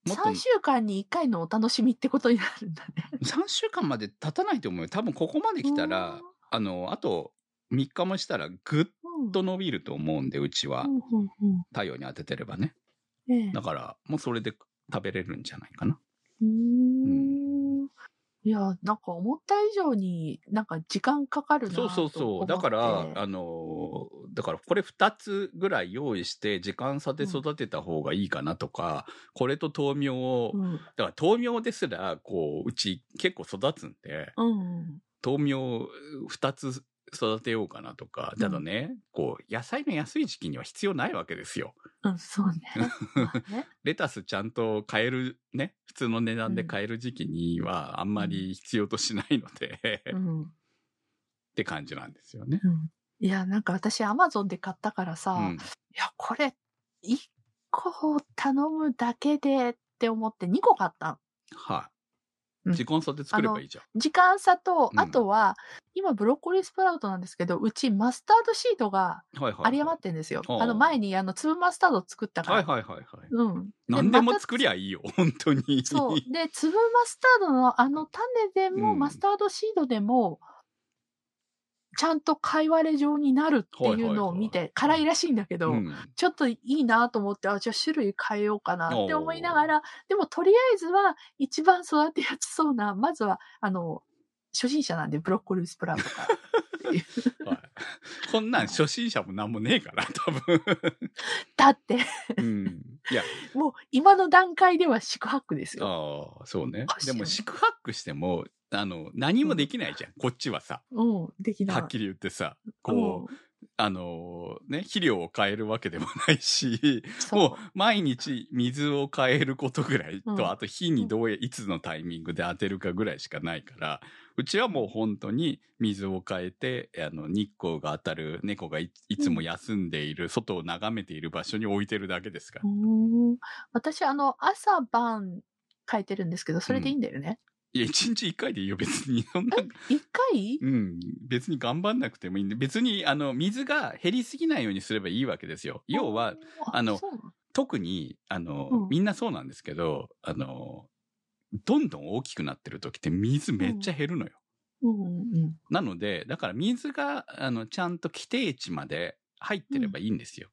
[SPEAKER 2] もっと
[SPEAKER 1] 3週 間に1回のお楽しみってことになるんだね。
[SPEAKER 2] 3週間まで経たないと思うよ。多分ここまで来たら、あの、あと3日もしたらぐっ
[SPEAKER 1] うん、
[SPEAKER 2] と伸びると思うんで、うちは
[SPEAKER 1] うん。うんうん
[SPEAKER 2] 太陽に当ててればね。
[SPEAKER 1] ええ
[SPEAKER 2] だから、もうそれで食べれるんじゃないかな。
[SPEAKER 1] うーんいや、なんか思った以上になんか時間かかるなと
[SPEAKER 2] そ
[SPEAKER 1] 思
[SPEAKER 2] う
[SPEAKER 1] って。
[SPEAKER 2] そうそう。だから、あのー、だからこれ2つぐらい用意して、時間差で育てた方がいいかなとか、これと豆苗を、
[SPEAKER 1] うん、
[SPEAKER 2] だから豆苗ですら、こう、うち結構育つんで、
[SPEAKER 1] うん。
[SPEAKER 2] 豆苗2つ育てようかなとか、ただね、こう、野菜の安い時期には必要ないわけですよ。
[SPEAKER 1] うん、そう ね。まあね
[SPEAKER 2] レタスちゃんと買える、ね、普通の値段で買える時期には、あんまり必要としないので、
[SPEAKER 1] う
[SPEAKER 2] っ
[SPEAKER 1] ん。
[SPEAKER 2] て感じなんですよね。
[SPEAKER 1] うんいや、なんか私、アマゾンで買ったからさ、
[SPEAKER 2] う
[SPEAKER 1] い
[SPEAKER 2] ん
[SPEAKER 1] や、これ、1個頼むだけでって思って2個買ったの
[SPEAKER 2] は
[SPEAKER 1] うん
[SPEAKER 2] 時間差で作ればいいじゃん。
[SPEAKER 1] 時間差と
[SPEAKER 2] う、ん
[SPEAKER 1] あとは、今ブロッコリースプラウトなんですけど、うちマスタードシートが
[SPEAKER 2] はいはい。
[SPEAKER 1] 有り余ってんですよ。
[SPEAKER 2] ああ
[SPEAKER 1] あの前にあの粒マスタードを作ったから。
[SPEAKER 2] はいはいはいはい。
[SPEAKER 1] うん。
[SPEAKER 2] 何でも
[SPEAKER 1] また
[SPEAKER 2] 作りゃいいよ、本当に。
[SPEAKER 1] そう。で、粒マスタードのあの種でも、
[SPEAKER 2] うん
[SPEAKER 1] マスタードシードでも、ちゃんと貝割れ状になるっていうのを見て、辛いらしいんだけど、
[SPEAKER 2] うん
[SPEAKER 1] ちょっといいなと思って、あ、じゃあ種類変えようかなって
[SPEAKER 2] おー
[SPEAKER 1] 思いながら、でもとりあえずは一番育てやすそうな、まずは、あの、初心者なんでブロッコリースプラウトから。
[SPEAKER 2] はいこんなん初心者も何もねえから、多分。
[SPEAKER 1] だって、
[SPEAKER 2] うん。いや、
[SPEAKER 1] もう今の段階では四苦八苦ですよ。
[SPEAKER 2] ああ、そうね
[SPEAKER 1] おか。しい
[SPEAKER 2] で
[SPEAKER 1] よね
[SPEAKER 2] も、四苦八苦しても、あの、何もできないじゃん。こっちはさ、
[SPEAKER 1] うん、できない。
[SPEAKER 2] はっきり言ってさ、こ
[SPEAKER 1] う
[SPEAKER 2] う、あのー、ね、肥料を変えるわけでもないし、
[SPEAKER 1] ん、そう
[SPEAKER 2] もう毎日水を変えることぐらいと、
[SPEAKER 1] うん
[SPEAKER 2] あと火にどうや、いつのタイミングで当てるかぐらいしかないから、うちはもう本当に水を変えて、あの、日光が当たる猫がいいつも休んでいる、外を眺めている場所に置いてるだけですから。
[SPEAKER 1] うーん私、あの、朝晩書いてるんですけど、それでいいんだよね。
[SPEAKER 2] いや、一日一回でいいよ、別に。そんな
[SPEAKER 1] 一、回
[SPEAKER 2] うん、別に頑張んなくてもいいんで、別にあの水が減りすぎないようにすればいいわけですよ。要は、、あの
[SPEAKER 1] そうなの
[SPEAKER 2] 特にあの、
[SPEAKER 1] うん
[SPEAKER 2] みんなそうなんですけど、あのどんどん大きくなってる時って水めっちゃ減るのよ。
[SPEAKER 1] うんうんうん。
[SPEAKER 2] なので、だから水があのちゃんと規定値まで入ってればいいんですよ。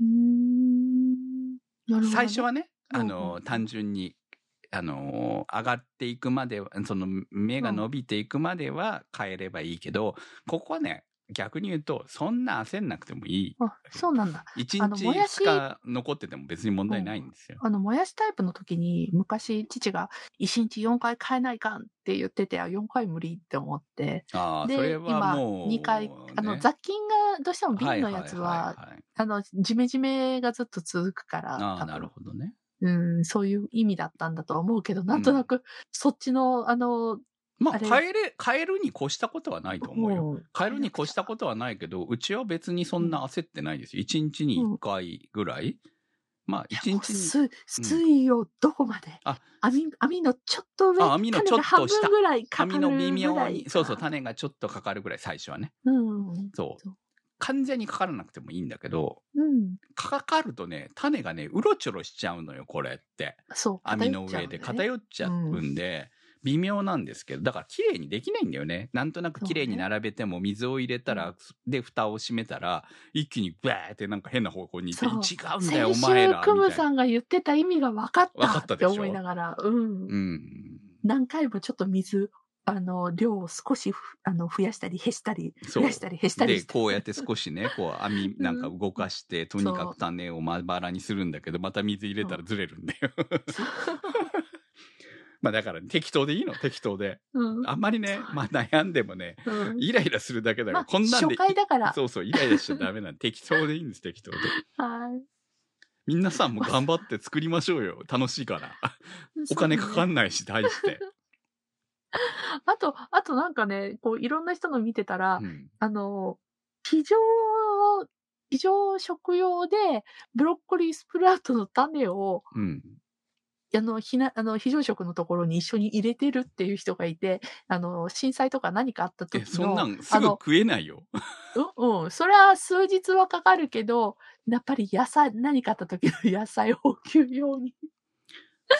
[SPEAKER 1] うーんなるほどね
[SPEAKER 2] 最初はね、あ
[SPEAKER 1] うん
[SPEAKER 2] の、
[SPEAKER 1] うん
[SPEAKER 2] 単純に、あの、上がっていくまでは、その、芽が伸びていくまでは変えればいいけど、ここはね、逆に言うと、そんな焦んなくてもいい。
[SPEAKER 1] あそうなんだ。
[SPEAKER 2] 一
[SPEAKER 1] あの
[SPEAKER 2] 日
[SPEAKER 1] もやし
[SPEAKER 2] 二日残ってても別に問題ないんですよ。
[SPEAKER 1] あの、もやしタイプの時に、昔、父が、一日4回変えないかんって言ってて、あ、4回無理って思って。
[SPEAKER 2] ああ、
[SPEAKER 1] で、
[SPEAKER 2] それは
[SPEAKER 1] 今、
[SPEAKER 2] もう、
[SPEAKER 1] 2回、あの、
[SPEAKER 2] ね
[SPEAKER 1] 雑菌がどうしても瓶のやつは、
[SPEAKER 2] いいいい
[SPEAKER 1] あの、ジメジメがずっと続くから、
[SPEAKER 2] あ
[SPEAKER 1] 多
[SPEAKER 2] あ、
[SPEAKER 1] 分
[SPEAKER 2] なるほどね。
[SPEAKER 1] うん、そういう意味だったんだとは思うけど、なんとなく、そっちの、あの、
[SPEAKER 2] まあ、
[SPEAKER 1] あれ
[SPEAKER 2] 変えれ、変えるに越したことはないと思うよ。
[SPEAKER 1] もう
[SPEAKER 2] カエルに越したことはないけど、うちは別にそんな焦ってないですよ。1日に1回ぐらい。まあ、1日に。
[SPEAKER 1] 水水をどこまで、
[SPEAKER 2] あ
[SPEAKER 1] 網網のちょっと上
[SPEAKER 2] あ網のちょっと
[SPEAKER 1] 種が
[SPEAKER 2] 下
[SPEAKER 1] 半分ぐらいかか
[SPEAKER 2] 紙
[SPEAKER 1] る
[SPEAKER 2] の
[SPEAKER 1] ぐらい
[SPEAKER 2] 微妙に、そうそう、
[SPEAKER 1] か
[SPEAKER 2] 種がちょっとかかるぐらい、最初はね。
[SPEAKER 1] うんうん
[SPEAKER 2] そう
[SPEAKER 1] そう。
[SPEAKER 2] 完全にかからなくてもいいんだけど、
[SPEAKER 1] うん
[SPEAKER 2] かかるとね、種がね、うろちょろしちゃうのよ、これって。
[SPEAKER 1] そう
[SPEAKER 2] 網の上で
[SPEAKER 1] 偏っちゃうんだよね
[SPEAKER 2] 偏っちゃうんで、微妙なんですけど、だから綺麗にできないんだよね。なんとなく綺麗に並べても、水を入れたら、で、蓋を閉めたら、一気にバーってなんか変な方向に行って、違うんだよ、お前ら。
[SPEAKER 1] 先週ク
[SPEAKER 2] み
[SPEAKER 1] ム
[SPEAKER 2] たいな
[SPEAKER 1] さんが言ってた意味が分かっ
[SPEAKER 2] 分かったた
[SPEAKER 1] って
[SPEAKER 2] でしょ
[SPEAKER 1] 思いながら、うん、
[SPEAKER 2] うん。
[SPEAKER 1] 何回もちょっと水あの量を少しふあの増やしたり減したり増
[SPEAKER 2] そう
[SPEAKER 1] やしたり減したり
[SPEAKER 2] で、
[SPEAKER 1] して
[SPEAKER 2] こうやって少しね、こう網なんか動かして、とにかく種をまばらにするんだけど、また水入れたらずれるんだよ。 まあだから適当でいいの、適当で。
[SPEAKER 1] うん
[SPEAKER 2] あんまりね、まあ悩んでもね、
[SPEAKER 1] うん
[SPEAKER 2] イライラするだけだか
[SPEAKER 1] ま
[SPEAKER 2] ら、
[SPEAKER 1] あ
[SPEAKER 2] こんなんで
[SPEAKER 1] 初回だから
[SPEAKER 2] そうそう、イライラしちゃダメ なんで、適当でいいんです、適当で。
[SPEAKER 1] はい
[SPEAKER 2] みんなさんも頑張って作りましょうよ。楽しいから。お金かかんないし、大 して。
[SPEAKER 1] あと、あとなんかね、こういろんな人の見てたら、
[SPEAKER 2] うん
[SPEAKER 1] あの、非常、非常食用でブロッコリースプラウトの種を、
[SPEAKER 2] うん。
[SPEAKER 1] あの、ひな、あの、非常食のところに一緒に入れてるっていう人がいて、あの、震災とか何かあった時
[SPEAKER 2] え、
[SPEAKER 1] の。
[SPEAKER 2] そんなんすぐ食えないよ。
[SPEAKER 1] うん、うん。それは数日はかかるけど、やっぱり野菜、何かあった時の野菜補給用に。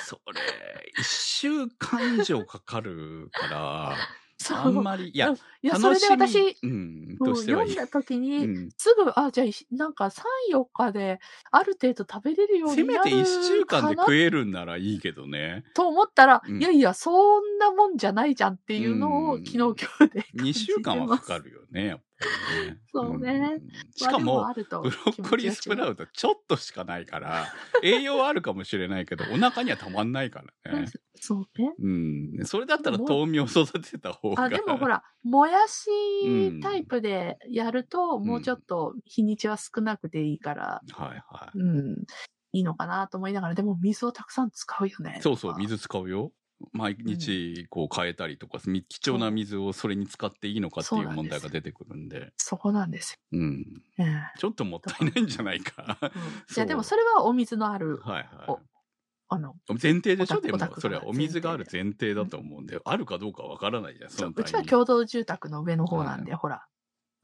[SPEAKER 2] それ、一週間以上かかるから、
[SPEAKER 1] そう。
[SPEAKER 2] あんまり、いや、
[SPEAKER 1] いや、そ
[SPEAKER 2] 楽
[SPEAKER 1] れ
[SPEAKER 2] し
[SPEAKER 1] で
[SPEAKER 2] み
[SPEAKER 1] 私、
[SPEAKER 2] うん、
[SPEAKER 1] も
[SPEAKER 2] と
[SPEAKER 1] う
[SPEAKER 2] しては
[SPEAKER 1] 読
[SPEAKER 2] い
[SPEAKER 1] ん
[SPEAKER 2] い。
[SPEAKER 1] だ時
[SPEAKER 2] う
[SPEAKER 1] に、
[SPEAKER 2] ん、
[SPEAKER 1] すぐ、あ、じゃあ、いなんか3、4日で、ある程度食べれるよう
[SPEAKER 2] せ
[SPEAKER 1] に
[SPEAKER 2] め
[SPEAKER 1] なる
[SPEAKER 2] て一週間で
[SPEAKER 1] かな
[SPEAKER 2] 食えるんならいいけどね。
[SPEAKER 1] と思ったら、
[SPEAKER 2] うん
[SPEAKER 1] いやいや、そんなもんじゃないじゃんっていうのを、
[SPEAKER 2] うん
[SPEAKER 1] 昨日今日で。
[SPEAKER 2] 二週間はかかるよね、やっぱりね。
[SPEAKER 1] そうね
[SPEAKER 2] ん。しかも、
[SPEAKER 1] ブロ
[SPEAKER 2] ブロッコリースプラ
[SPEAKER 1] ウ
[SPEAKER 2] ウトちょっとしかないから、栄養はあるかもしれないけど、お腹にはたまんないからね。
[SPEAKER 1] そうね。
[SPEAKER 2] うん。それだったら豆苗育てた方が。
[SPEAKER 1] あ、でもほら、もやしタイプでやると、もうちょっと日にちは少なくていいから、
[SPEAKER 2] はいは
[SPEAKER 1] うん、いいのかなと思いながら、でも水をたくさん使うよね。
[SPEAKER 2] い。そうそう、
[SPEAKER 1] とか。
[SPEAKER 2] 水使うよ。毎日こう変えたりとか、み貴重な水をそれに使っていいのかっていう問題が出てくるんで。
[SPEAKER 1] そこなんです
[SPEAKER 2] うん。
[SPEAKER 1] よ。うん
[SPEAKER 2] ちょっともったいないんじゃないか。
[SPEAKER 1] うんいや、でも
[SPEAKER 2] そ
[SPEAKER 1] それはお水のある
[SPEAKER 2] う。はいはい
[SPEAKER 1] お。あの
[SPEAKER 2] 前提でしょ
[SPEAKER 1] オタ
[SPEAKER 2] で
[SPEAKER 1] クオ
[SPEAKER 2] も
[SPEAKER 1] タク
[SPEAKER 2] それはお水がある前提だと思うんで、あるかどうかわからないじゃんその
[SPEAKER 1] う
[SPEAKER 2] タイ
[SPEAKER 1] ち
[SPEAKER 2] ミ
[SPEAKER 1] は
[SPEAKER 2] ング
[SPEAKER 1] 共同住宅の上の方なんで、ほら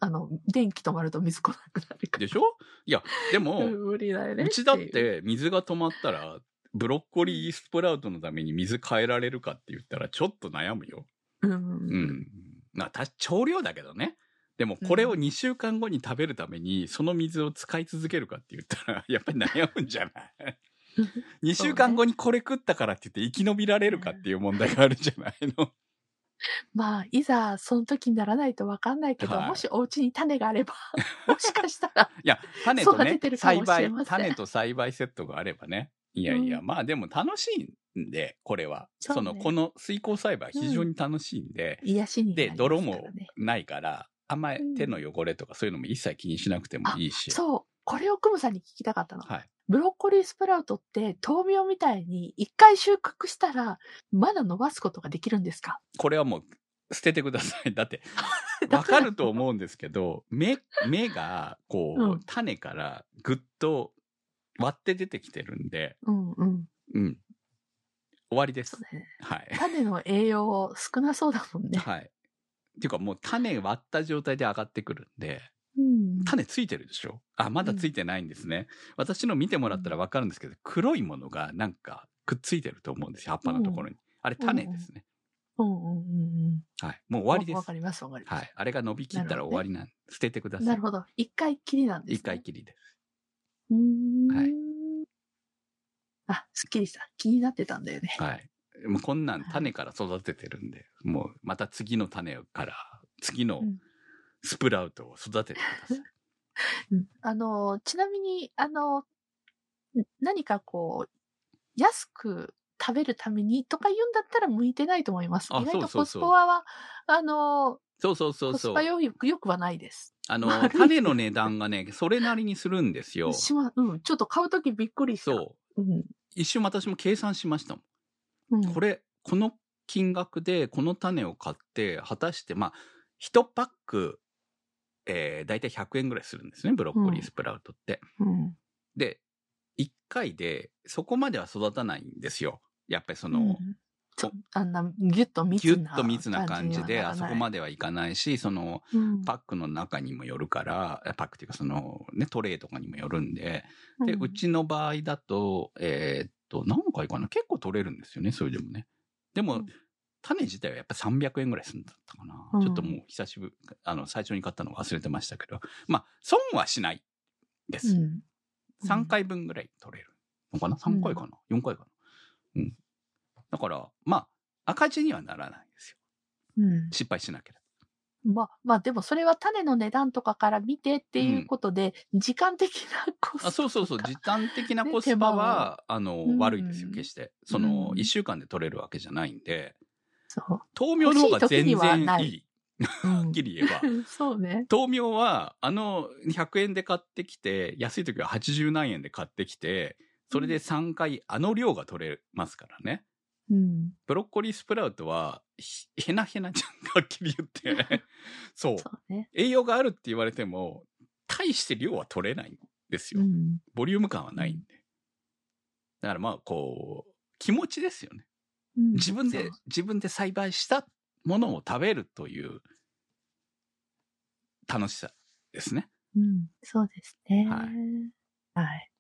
[SPEAKER 1] あの電気止まると水来なくなるから
[SPEAKER 2] でしょいやでも、
[SPEAKER 1] うん 無理だよね
[SPEAKER 2] うちだって
[SPEAKER 1] いう
[SPEAKER 2] て水が止まったらブロッコリースプラウトのために水変えられるかって言ったらちょっと悩むよ。
[SPEAKER 1] うん、
[SPEAKER 2] う、ん。まあ、た少量だけどね。でもこれを2週間後に食べるためにその水を使い続けるかって言ったら やっぱり悩むんじゃない ?2 週間後にこれ食ったからって言って生き延びられるかっていう問題があるんじゃないの
[SPEAKER 1] まあいざその時にならないとわかんないけど、
[SPEAKER 2] はい
[SPEAKER 1] もしお家に種があれ ばもしかしたら
[SPEAKER 2] いや、種と
[SPEAKER 1] 育
[SPEAKER 2] ね
[SPEAKER 1] てて、るかも
[SPEAKER 2] 栽
[SPEAKER 1] しれませ
[SPEAKER 2] 培
[SPEAKER 1] ん、
[SPEAKER 2] 種と栽培セットがあればね。いやいや、
[SPEAKER 1] う
[SPEAKER 2] まあでも楽しいんで、これは。そ,、
[SPEAKER 1] そうね
[SPEAKER 2] の、この水耕栽培非常に楽しいんで、
[SPEAKER 1] 癒しになります
[SPEAKER 2] で、
[SPEAKER 1] から
[SPEAKER 2] 泥
[SPEAKER 1] ね
[SPEAKER 2] もないから、あんまり
[SPEAKER 1] うん
[SPEAKER 2] 手の汚れとかそういうのも一切気にしなくてもいいし。
[SPEAKER 1] そうこれをクムさんに聞きたかったの
[SPEAKER 2] はい。
[SPEAKER 1] ブロッコリースプラウトって豆苗みたいに一回収穫したらまだ伸ばすことができるんですか
[SPEAKER 2] これはもう捨ててください。だって、
[SPEAKER 1] だ
[SPEAKER 2] わ
[SPEAKER 1] から
[SPEAKER 2] かると思うんですけど、芽、芽が、こう、
[SPEAKER 1] うん
[SPEAKER 2] 種からぐっと割って出てきてるんで、
[SPEAKER 1] うんうん
[SPEAKER 2] うん。終わりで
[SPEAKER 1] そ
[SPEAKER 2] す
[SPEAKER 1] う。だよね
[SPEAKER 2] はい。
[SPEAKER 1] 種の栄養少なそうだもんね、
[SPEAKER 2] はい。っていうかもう種割った状態で上がってくるんで、
[SPEAKER 1] うん、
[SPEAKER 2] 種ついてるでしょあ、まだついてないんですね。私の見てもらったらわかるんですけど、黒いものがなんかくっついてると思うんですよ、葉っぱのところに。あれ種ですね。
[SPEAKER 1] うんうんうんうん
[SPEAKER 2] はい。もう終わりで
[SPEAKER 1] わわ
[SPEAKER 2] す
[SPEAKER 1] か。りますわかります、
[SPEAKER 2] はい。あれが伸びきったら終わりなん、捨ててくださ
[SPEAKER 1] ないる。ほど一回きりなんです、ね、
[SPEAKER 2] 一回きりです。
[SPEAKER 1] うーん、
[SPEAKER 2] はい
[SPEAKER 1] あすっきりした気になってたんだよね
[SPEAKER 2] はい。もうこんなん種から育ててるんで、もうまた次の種から、次の
[SPEAKER 1] うん
[SPEAKER 2] スプラウトを育ててくださ い。
[SPEAKER 1] あの、ちなみに、あの、ん何かこう、安く食べるためにとか言うんだったら向いてないと思います。
[SPEAKER 2] あ
[SPEAKER 1] 意外
[SPEAKER 2] そ
[SPEAKER 1] と
[SPEAKER 2] うそう
[SPEAKER 1] コ
[SPEAKER 2] そ
[SPEAKER 1] ス
[SPEAKER 2] う
[SPEAKER 1] パは、あの、
[SPEAKER 2] そうそうそう
[SPEAKER 1] コ
[SPEAKER 2] そ
[SPEAKER 1] ス
[SPEAKER 2] う
[SPEAKER 1] パ。よくよくはないです。
[SPEAKER 2] あ
[SPEAKER 1] 悪
[SPEAKER 2] の、
[SPEAKER 1] い
[SPEAKER 2] 種の値段がね、それなりにするんですよ。
[SPEAKER 1] しま、うん、ちょっと買うときびっくりした。
[SPEAKER 2] そう。
[SPEAKER 1] うん。
[SPEAKER 2] 一瞬私も計算しましたも
[SPEAKER 1] うん。
[SPEAKER 2] ん。これ、この金額で、この種を買って、果たして、まあ、1パック、えー、だいたい100円ぐらいするんですね、ブロッコリースプラウトって。
[SPEAKER 1] うん。
[SPEAKER 2] で、1回で、そこまでは育たないんですよ。やっぱりその、
[SPEAKER 1] うんちょあんな、ぎゅっと密
[SPEAKER 2] ぎゅっ
[SPEAKER 1] な。
[SPEAKER 2] と密な感じで、あそこま
[SPEAKER 1] で。
[SPEAKER 2] ではいかないし、その、
[SPEAKER 1] うん
[SPEAKER 2] パックの中にもよるから、パックっていうかその、ね、トレイとかにもよるんで、で、
[SPEAKER 1] ん
[SPEAKER 2] うちの場合だと、えーっと、何回かな結構取れるんですよね、それでもね。でも、
[SPEAKER 1] うん
[SPEAKER 2] 種自体はやっぱ300円ぐらいするんだったかな。
[SPEAKER 1] うん
[SPEAKER 2] ちょっともう久しぶり、あの、最初に買ったの忘れてましたけど、まあ、損はしないで
[SPEAKER 1] う
[SPEAKER 2] す。
[SPEAKER 1] ん。うん
[SPEAKER 2] 3回分ぐらい取れるのかな ?3 回かな、?4 回かなうん。だから、まあ、赤字にはならないですよ。
[SPEAKER 1] うん。
[SPEAKER 2] 失敗しなければ。
[SPEAKER 1] まあ、まあでもそれは種の値段とかから見てっていうことで、時間的なコスト
[SPEAKER 2] あそうそうそう
[SPEAKER 1] とか
[SPEAKER 2] 時短的な
[SPEAKER 1] ね
[SPEAKER 2] コスパは、あの、
[SPEAKER 1] うん
[SPEAKER 2] 悪いですよ決してその、
[SPEAKER 1] うん
[SPEAKER 2] 1週間で取れるわけじゃないんで
[SPEAKER 1] そう。
[SPEAKER 2] 豆苗の方が全
[SPEAKER 1] 欲しい時
[SPEAKER 2] 然
[SPEAKER 1] にはない
[SPEAKER 2] いは っきり言え ば
[SPEAKER 1] うんそうね。
[SPEAKER 2] 豆苗はあの100円で買ってきて安い時は80何円で買ってきてそれで3回あの量が取れますからね
[SPEAKER 1] うん。
[SPEAKER 2] ブロッコリースプラウトはひへなへなじゃんはっきり言って そう
[SPEAKER 1] そうね。
[SPEAKER 2] 栄養があるって言われても大して量は取れないんですよ、
[SPEAKER 1] うん。
[SPEAKER 2] ボリューム感はないんで。だからまあ、こう、気持ちですよね。
[SPEAKER 1] うん
[SPEAKER 2] 自分で
[SPEAKER 1] そう、
[SPEAKER 2] 自分で栽培したものを食べるという楽しさですね。
[SPEAKER 1] うん。そうですね。
[SPEAKER 2] は
[SPEAKER 1] はい。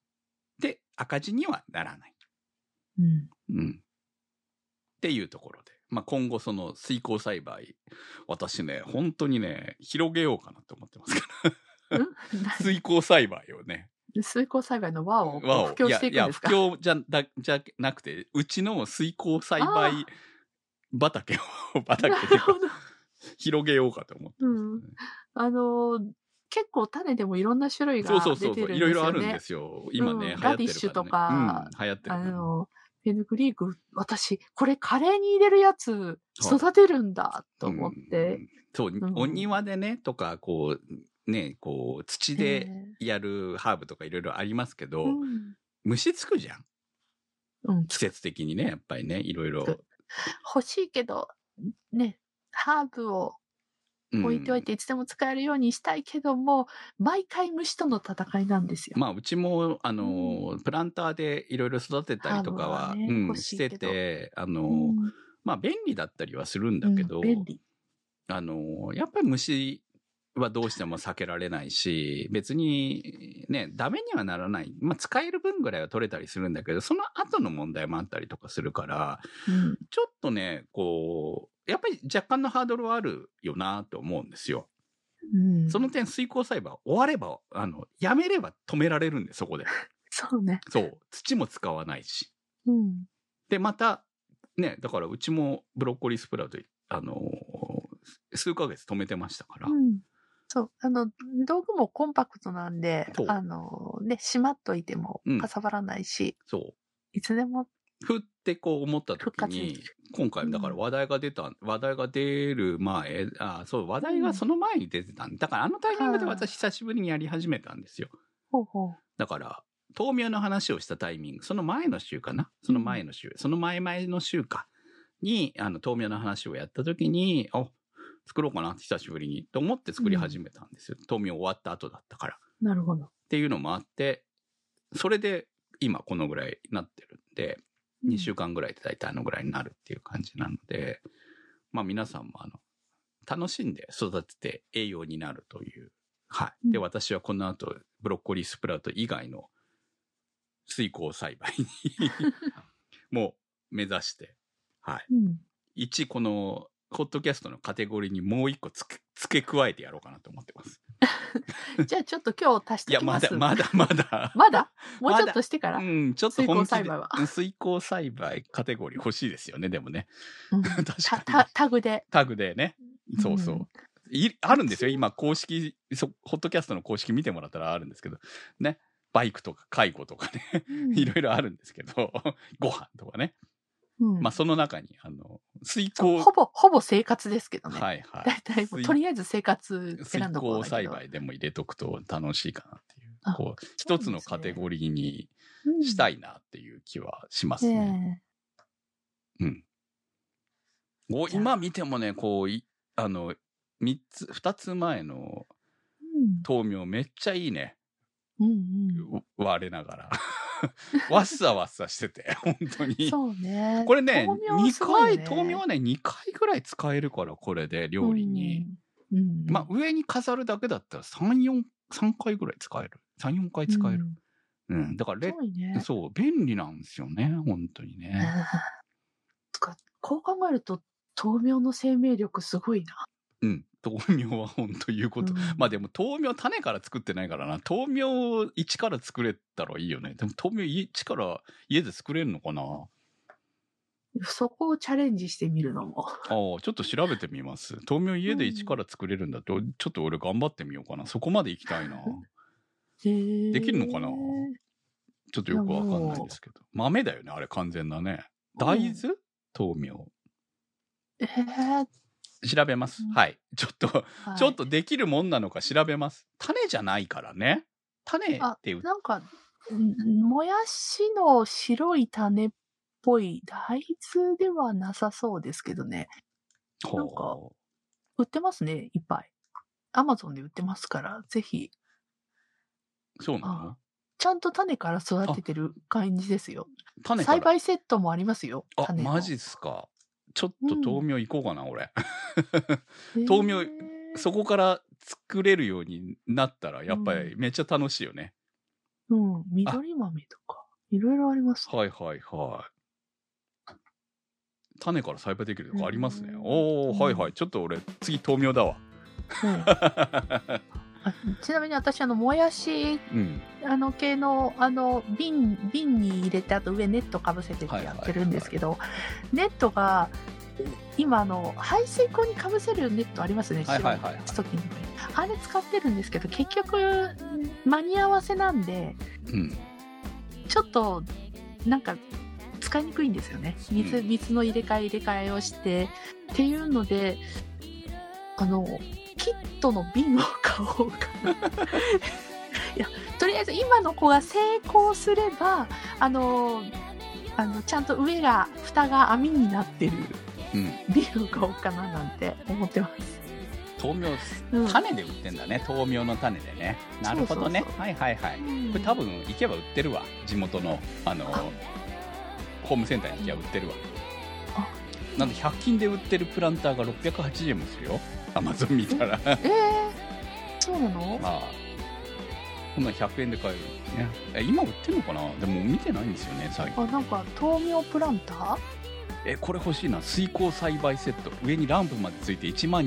[SPEAKER 2] で、赤字にはならない。
[SPEAKER 1] うん。
[SPEAKER 2] うん。っていうところで。まあ今後その水耕栽培、私ね、本当にね、広げようかなと思ってますから。 水耕栽培をね。
[SPEAKER 1] 水耕栽培の輪を
[SPEAKER 2] わお
[SPEAKER 1] 布教していくんですか
[SPEAKER 2] いやいや、不況じゃ、だ、じゃなくて、うちの水耕栽培畑を、畑
[SPEAKER 1] な
[SPEAKER 2] ってい
[SPEAKER 1] る
[SPEAKER 2] う
[SPEAKER 1] ほ
[SPEAKER 2] か
[SPEAKER 1] ど。
[SPEAKER 2] 広げようかと思ってます、
[SPEAKER 1] うんあのー、結構種でもいろんな種類が
[SPEAKER 2] そうそう
[SPEAKER 1] 出
[SPEAKER 2] そう
[SPEAKER 1] て
[SPEAKER 2] そ
[SPEAKER 1] るんですよね。
[SPEAKER 2] う、いろいろあるんですよ。今ね、
[SPEAKER 1] うん
[SPEAKER 2] 流行ってるから、ね。
[SPEAKER 1] ラディッシュとか
[SPEAKER 2] うん、流行ってるか
[SPEAKER 1] あ
[SPEAKER 2] らね、
[SPEAKER 1] の、フェヌグリーク、私、これカレーに入れるやつ育てるんだと思っ
[SPEAKER 2] う
[SPEAKER 1] て。
[SPEAKER 2] んそう、
[SPEAKER 1] ん
[SPEAKER 2] お庭でね、とか、こう、ね、こう、土で
[SPEAKER 1] ね
[SPEAKER 2] やるハーブとかいろいろありますけど、
[SPEAKER 1] うん
[SPEAKER 2] 虫つくじゃん。
[SPEAKER 1] うん、
[SPEAKER 2] 季節的にね、やっぱりね、いろいろ。
[SPEAKER 1] 欲しいけど、ね、ハーブを
[SPEAKER 2] うん
[SPEAKER 1] 置いておいていつでも使えるようにしたいけども、毎回虫との戦いなんですよ。
[SPEAKER 2] まあ、うちも、あの、プランターでいろいろ育てたりとか
[SPEAKER 1] ハー
[SPEAKER 2] は、
[SPEAKER 1] ブはね
[SPEAKER 2] うん、
[SPEAKER 1] 欲し
[SPEAKER 2] し
[SPEAKER 1] いけ
[SPEAKER 2] て
[SPEAKER 1] ど
[SPEAKER 2] て、あの、
[SPEAKER 1] うん
[SPEAKER 2] まあ、便利だったりはするんだけど、
[SPEAKER 1] うん便利。
[SPEAKER 2] あの、やっぱり虫はどうしても避けられないし、別にね、ダメにはならない。まあ、使える分ぐらいは取れたりするんだけど、その後の問題もあったりとかするから、
[SPEAKER 1] うん
[SPEAKER 2] ちょっとね、こう、やっぱり若干のハードルはあるよなと思うんですよ。
[SPEAKER 1] うん
[SPEAKER 2] その点、水耕栽培は終われば、あの、やめれば止められるんで、そこで。
[SPEAKER 1] そうね。
[SPEAKER 2] そう。土も使わないし。
[SPEAKER 1] うん。
[SPEAKER 2] で、また、ね、だからうちもブロッコリースプラウト、あのー数ヶ月止めてましたから。
[SPEAKER 1] うんそう。あの、道具もコンパクトなんで
[SPEAKER 2] そう、
[SPEAKER 1] あの、ね、しまっといても
[SPEAKER 2] うん
[SPEAKER 1] かさばらないし、
[SPEAKER 2] そ
[SPEAKER 1] いつでも、
[SPEAKER 2] う。ふってこう思った
[SPEAKER 1] 復
[SPEAKER 2] 時
[SPEAKER 1] 活で
[SPEAKER 2] に
[SPEAKER 1] き、
[SPEAKER 2] 今回、だから話題が出た、話題が出る前、あ、そう、話題がその前に出てたんだからあのタイミングで私久しぶりにやり始めたんですよ。
[SPEAKER 1] ほうほう。
[SPEAKER 2] だから、豆苗の話をしたタイミング、その前の週かなその前の週、その前々の週か。に、あの、豆苗の話をやった時に、あ、作ろうかな、久しぶりに。と思って作り始めたんですよ。豆苗終わった後だったから。っ
[SPEAKER 1] なるほど。
[SPEAKER 2] ていうのもあって、それで、今このぐらいになってるんで、2週間ぐらいで大体あのぐらいになるっていう感じなので、まあ皆さんもあの、楽しんで育てて栄養になるという。はい。で、
[SPEAKER 1] うん
[SPEAKER 2] 私はこの後、ブロッコリースプラウト以外の水耕栽培に もう目指して、はい。
[SPEAKER 1] うん。
[SPEAKER 2] 一、この、ホットキャストのカテゴリーにもう一個つけ、付け加えてやろうかなと思ってます。
[SPEAKER 1] うんじゃあちょっと今日足し
[SPEAKER 2] い
[SPEAKER 1] て
[SPEAKER 2] や、
[SPEAKER 1] き
[SPEAKER 2] ま
[SPEAKER 1] ます。
[SPEAKER 2] だ、まだ、まだ。
[SPEAKER 1] まだもう
[SPEAKER 2] まだ
[SPEAKER 1] ちょっとしてから。
[SPEAKER 2] うん、ちょっと本気
[SPEAKER 1] 水耕栽
[SPEAKER 2] で
[SPEAKER 1] 培は
[SPEAKER 2] うん水耕栽培カテゴリー欲しいですよね、でもね。
[SPEAKER 1] うん
[SPEAKER 2] 確か
[SPEAKER 1] た
[SPEAKER 2] に。
[SPEAKER 1] たタグ で。
[SPEAKER 2] タグでね。そうそう。
[SPEAKER 1] うん
[SPEAKER 2] いあるんですよ。今、公式、そホットキャストの公式見てもらったらあるんですけど、ね。バイクとか介護とかね、
[SPEAKER 1] うん
[SPEAKER 2] いろいろあるんですけど、 ご飯とかね。
[SPEAKER 1] うん
[SPEAKER 2] まあ、その中に、あの、水
[SPEAKER 1] そう
[SPEAKER 2] 耕、
[SPEAKER 1] ほぼ、ほぼ生活ですけどね。
[SPEAKER 2] はいは
[SPEAKER 1] 大体
[SPEAKER 2] い。
[SPEAKER 1] もう、
[SPEAKER 2] 水
[SPEAKER 1] とりあえず生活
[SPEAKER 2] 水
[SPEAKER 1] 選んだこと
[SPEAKER 2] 耕
[SPEAKER 1] だ
[SPEAKER 2] 栽
[SPEAKER 1] けど。
[SPEAKER 2] 培でも入れとくと楽しいかなっていう
[SPEAKER 1] あ、
[SPEAKER 2] こう、
[SPEAKER 1] そう
[SPEAKER 2] 一
[SPEAKER 1] ですね
[SPEAKER 2] つのカテゴリーにした
[SPEAKER 1] い
[SPEAKER 2] いなっていう気はしま
[SPEAKER 1] ですす
[SPEAKER 2] ね。
[SPEAKER 1] ね。
[SPEAKER 2] お
[SPEAKER 1] じゃあ
[SPEAKER 2] 今見てもね、こう、いあの、三つ、二つ前の
[SPEAKER 1] うん
[SPEAKER 2] 豆苗めっちゃいいね。
[SPEAKER 1] うん
[SPEAKER 2] わ我な がら。わっさわっさしてて、本当
[SPEAKER 1] うん。
[SPEAKER 2] に。
[SPEAKER 1] そうね。
[SPEAKER 2] これね、
[SPEAKER 1] 豆苗
[SPEAKER 2] 二
[SPEAKER 1] すごい
[SPEAKER 2] 回、
[SPEAKER 1] ね
[SPEAKER 2] 豆苗はね、2回ぐらい使えるから、これで、料理に。。
[SPEAKER 1] うんうん
[SPEAKER 2] まあ、上に飾るだけだったら、3、4、3回ぐらい使える。3、4回使える。うん。だから
[SPEAKER 1] うん
[SPEAKER 2] レ
[SPEAKER 1] す、ごいね。
[SPEAKER 2] そう、便利なんですよね、本当にね。
[SPEAKER 1] つかこう考えると、豆苗の生命力すごいな。
[SPEAKER 2] うん。豆苗は本当言うこと。
[SPEAKER 1] うん
[SPEAKER 2] まあでも豆苗種から作ってないからな。豆苗一から作れたらいいよね。でも豆苗一から家で作れるのかな
[SPEAKER 1] そこをチャレンジしてみるのも。
[SPEAKER 2] ああ、ちょっと調べてみます。豆苗家で一から作れるんだって、ちょっと俺頑張ってみようかな。そこまで行きたいな。
[SPEAKER 1] で
[SPEAKER 2] できるのかなちょっとよくわかんないですけど。豆だよね、あれ完全なね。大豆豆苗。
[SPEAKER 1] えー
[SPEAKER 2] 調べます
[SPEAKER 1] うん。
[SPEAKER 2] はい。ちょっと、
[SPEAKER 1] はい
[SPEAKER 2] ちょっとできるもんなのか調べます。種じゃないからね。種って売っ
[SPEAKER 1] なんか、んもやしの白い種っぽい大豆ではなさそうですけどね。なんか
[SPEAKER 2] ほう
[SPEAKER 1] 売ってますね、いっぱい。アマゾンで売ってますから、ぜひ、
[SPEAKER 2] そうなの
[SPEAKER 1] あちゃんと種から育ててる感じですよ。
[SPEAKER 2] 種から
[SPEAKER 1] 栽培セットもありますよ。
[SPEAKER 2] あ
[SPEAKER 1] 種の
[SPEAKER 2] マジっすかちょっと豆苗行こうかな、俺 豆苗そ
[SPEAKER 1] こ、
[SPEAKER 2] こから作れるようになったらやっぱりめっちゃ楽しいよね、
[SPEAKER 1] うん、緑豆とか、いろいろあります。
[SPEAKER 2] はいはいはい種から栽培できるとかありますね、
[SPEAKER 1] うん
[SPEAKER 2] おおはいはいちょっと俺次豆苗だわ
[SPEAKER 1] ねあちなみに私、あの、もやし、
[SPEAKER 2] うん
[SPEAKER 1] あの、系の、あの、瓶、瓶に入れて、あと上ネットかぶせてってやってるんですけど、ネットが、今、あの、排水口にかぶせるネットありますね、
[SPEAKER 2] はいはいはいはい
[SPEAKER 1] 白い時に。あれ使ってるんですけど、結局、間に合わせなんで、
[SPEAKER 2] うん
[SPEAKER 1] ちょっと、なんか、使いにくいんですよね。水、
[SPEAKER 2] う
[SPEAKER 1] 水の入れ替え入れ替えをして、っていうので、あの、キットの瓶を買おうか な。いや、とりあえず今の子が成功すれば、あの、あの、ちゃんと上が、蓋が網になってる
[SPEAKER 2] うん
[SPEAKER 1] 瓶を買おうかななんて思ってます。
[SPEAKER 2] 豆
[SPEAKER 1] うん
[SPEAKER 2] 苗種で売ってんだね豆苗の種でねなるほどね
[SPEAKER 1] そうそう
[SPEAKER 2] はいはいはいこれ多分行けば売ってるわ地元のあの
[SPEAKER 1] あ
[SPEAKER 2] ホームセンターに行けば売ってるわ
[SPEAKER 1] あ
[SPEAKER 2] なんで100均で売ってるプランターが680円もするよアマゾン見たらま
[SPEAKER 1] えー、そうなの
[SPEAKER 2] あこんなん100円で買えるねえ今売ってるのかなでも見てないんですよね最近
[SPEAKER 1] あなんか豆苗プランター
[SPEAKER 2] えこれ欲しいな水耕栽培セット上にランプまでついて1万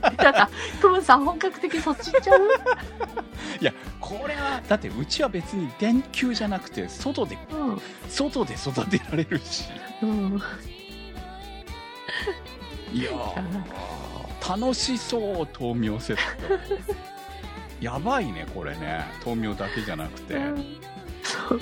[SPEAKER 1] なんかトムさん本格的にそっち行っちゃう
[SPEAKER 2] これはだってうちは別に電球じゃなくて外で外で育てられるし
[SPEAKER 1] うんうん
[SPEAKER 2] いやー楽しそう豆苗セットやばいねこれね豆苗だけじゃなくて
[SPEAKER 1] そう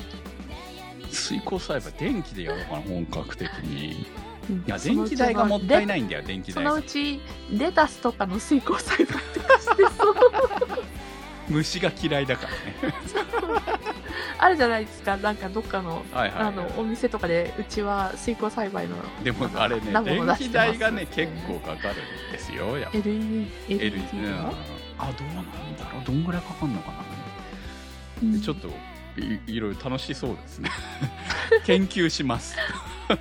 [SPEAKER 2] 水耕栽培電気でやろうかな本格的にい
[SPEAKER 1] うん
[SPEAKER 2] や電気代がもったい
[SPEAKER 1] い
[SPEAKER 2] ないんだよ電気
[SPEAKER 1] そ
[SPEAKER 2] 代
[SPEAKER 1] のうちレタスとかの水耕栽培とかしてそう
[SPEAKER 2] 虫が嫌いだからね
[SPEAKER 1] あるじゃないですかなんかどっかの
[SPEAKER 2] はいはい、
[SPEAKER 1] あのお店とかでうちは水耕栽培の
[SPEAKER 2] でもあれね
[SPEAKER 1] 生も出して
[SPEAKER 2] 電
[SPEAKER 1] ます
[SPEAKER 2] 気代がね結構かかるんですよやっぱ
[SPEAKER 1] LED,
[SPEAKER 2] LED
[SPEAKER 1] と
[SPEAKER 2] うん
[SPEAKER 1] か
[SPEAKER 2] あどうなんだろうどんぐらいかかるのかな
[SPEAKER 1] うん
[SPEAKER 2] ちょっといいろいろ楽しそうで すね研究します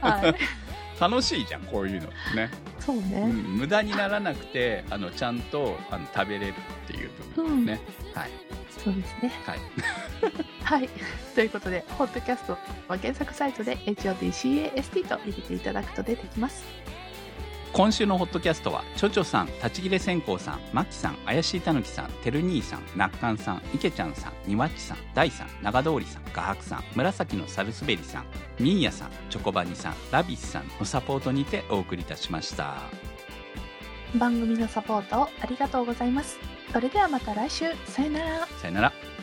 [SPEAKER 1] はい、
[SPEAKER 2] 楽しいじゃんこういうのね、
[SPEAKER 1] そう
[SPEAKER 2] うん
[SPEAKER 1] ね、
[SPEAKER 2] 無駄にならなくてあのちゃんとあの食べれるっていうところね、はい
[SPEAKER 1] そうですね
[SPEAKER 2] はい
[SPEAKER 1] はい。ということで、ポッドキャストは検索サイトで HOTCAST と入れていただくと出てきます。
[SPEAKER 2] 今週のホットキャストはちょちょさん立ち切れ線香さんマキさん怪しいたぬきさんてる兄さんなっかんさんいけちゃんさんにわっちさん大さん長通りさん画伯さん紫のサルスベリさんみーやさんチョコバニさんラビスさんのサポートにてお送りいたしました
[SPEAKER 1] 番組のサポートをありがとうございます。それではまた来週。さよなら。
[SPEAKER 2] さよなら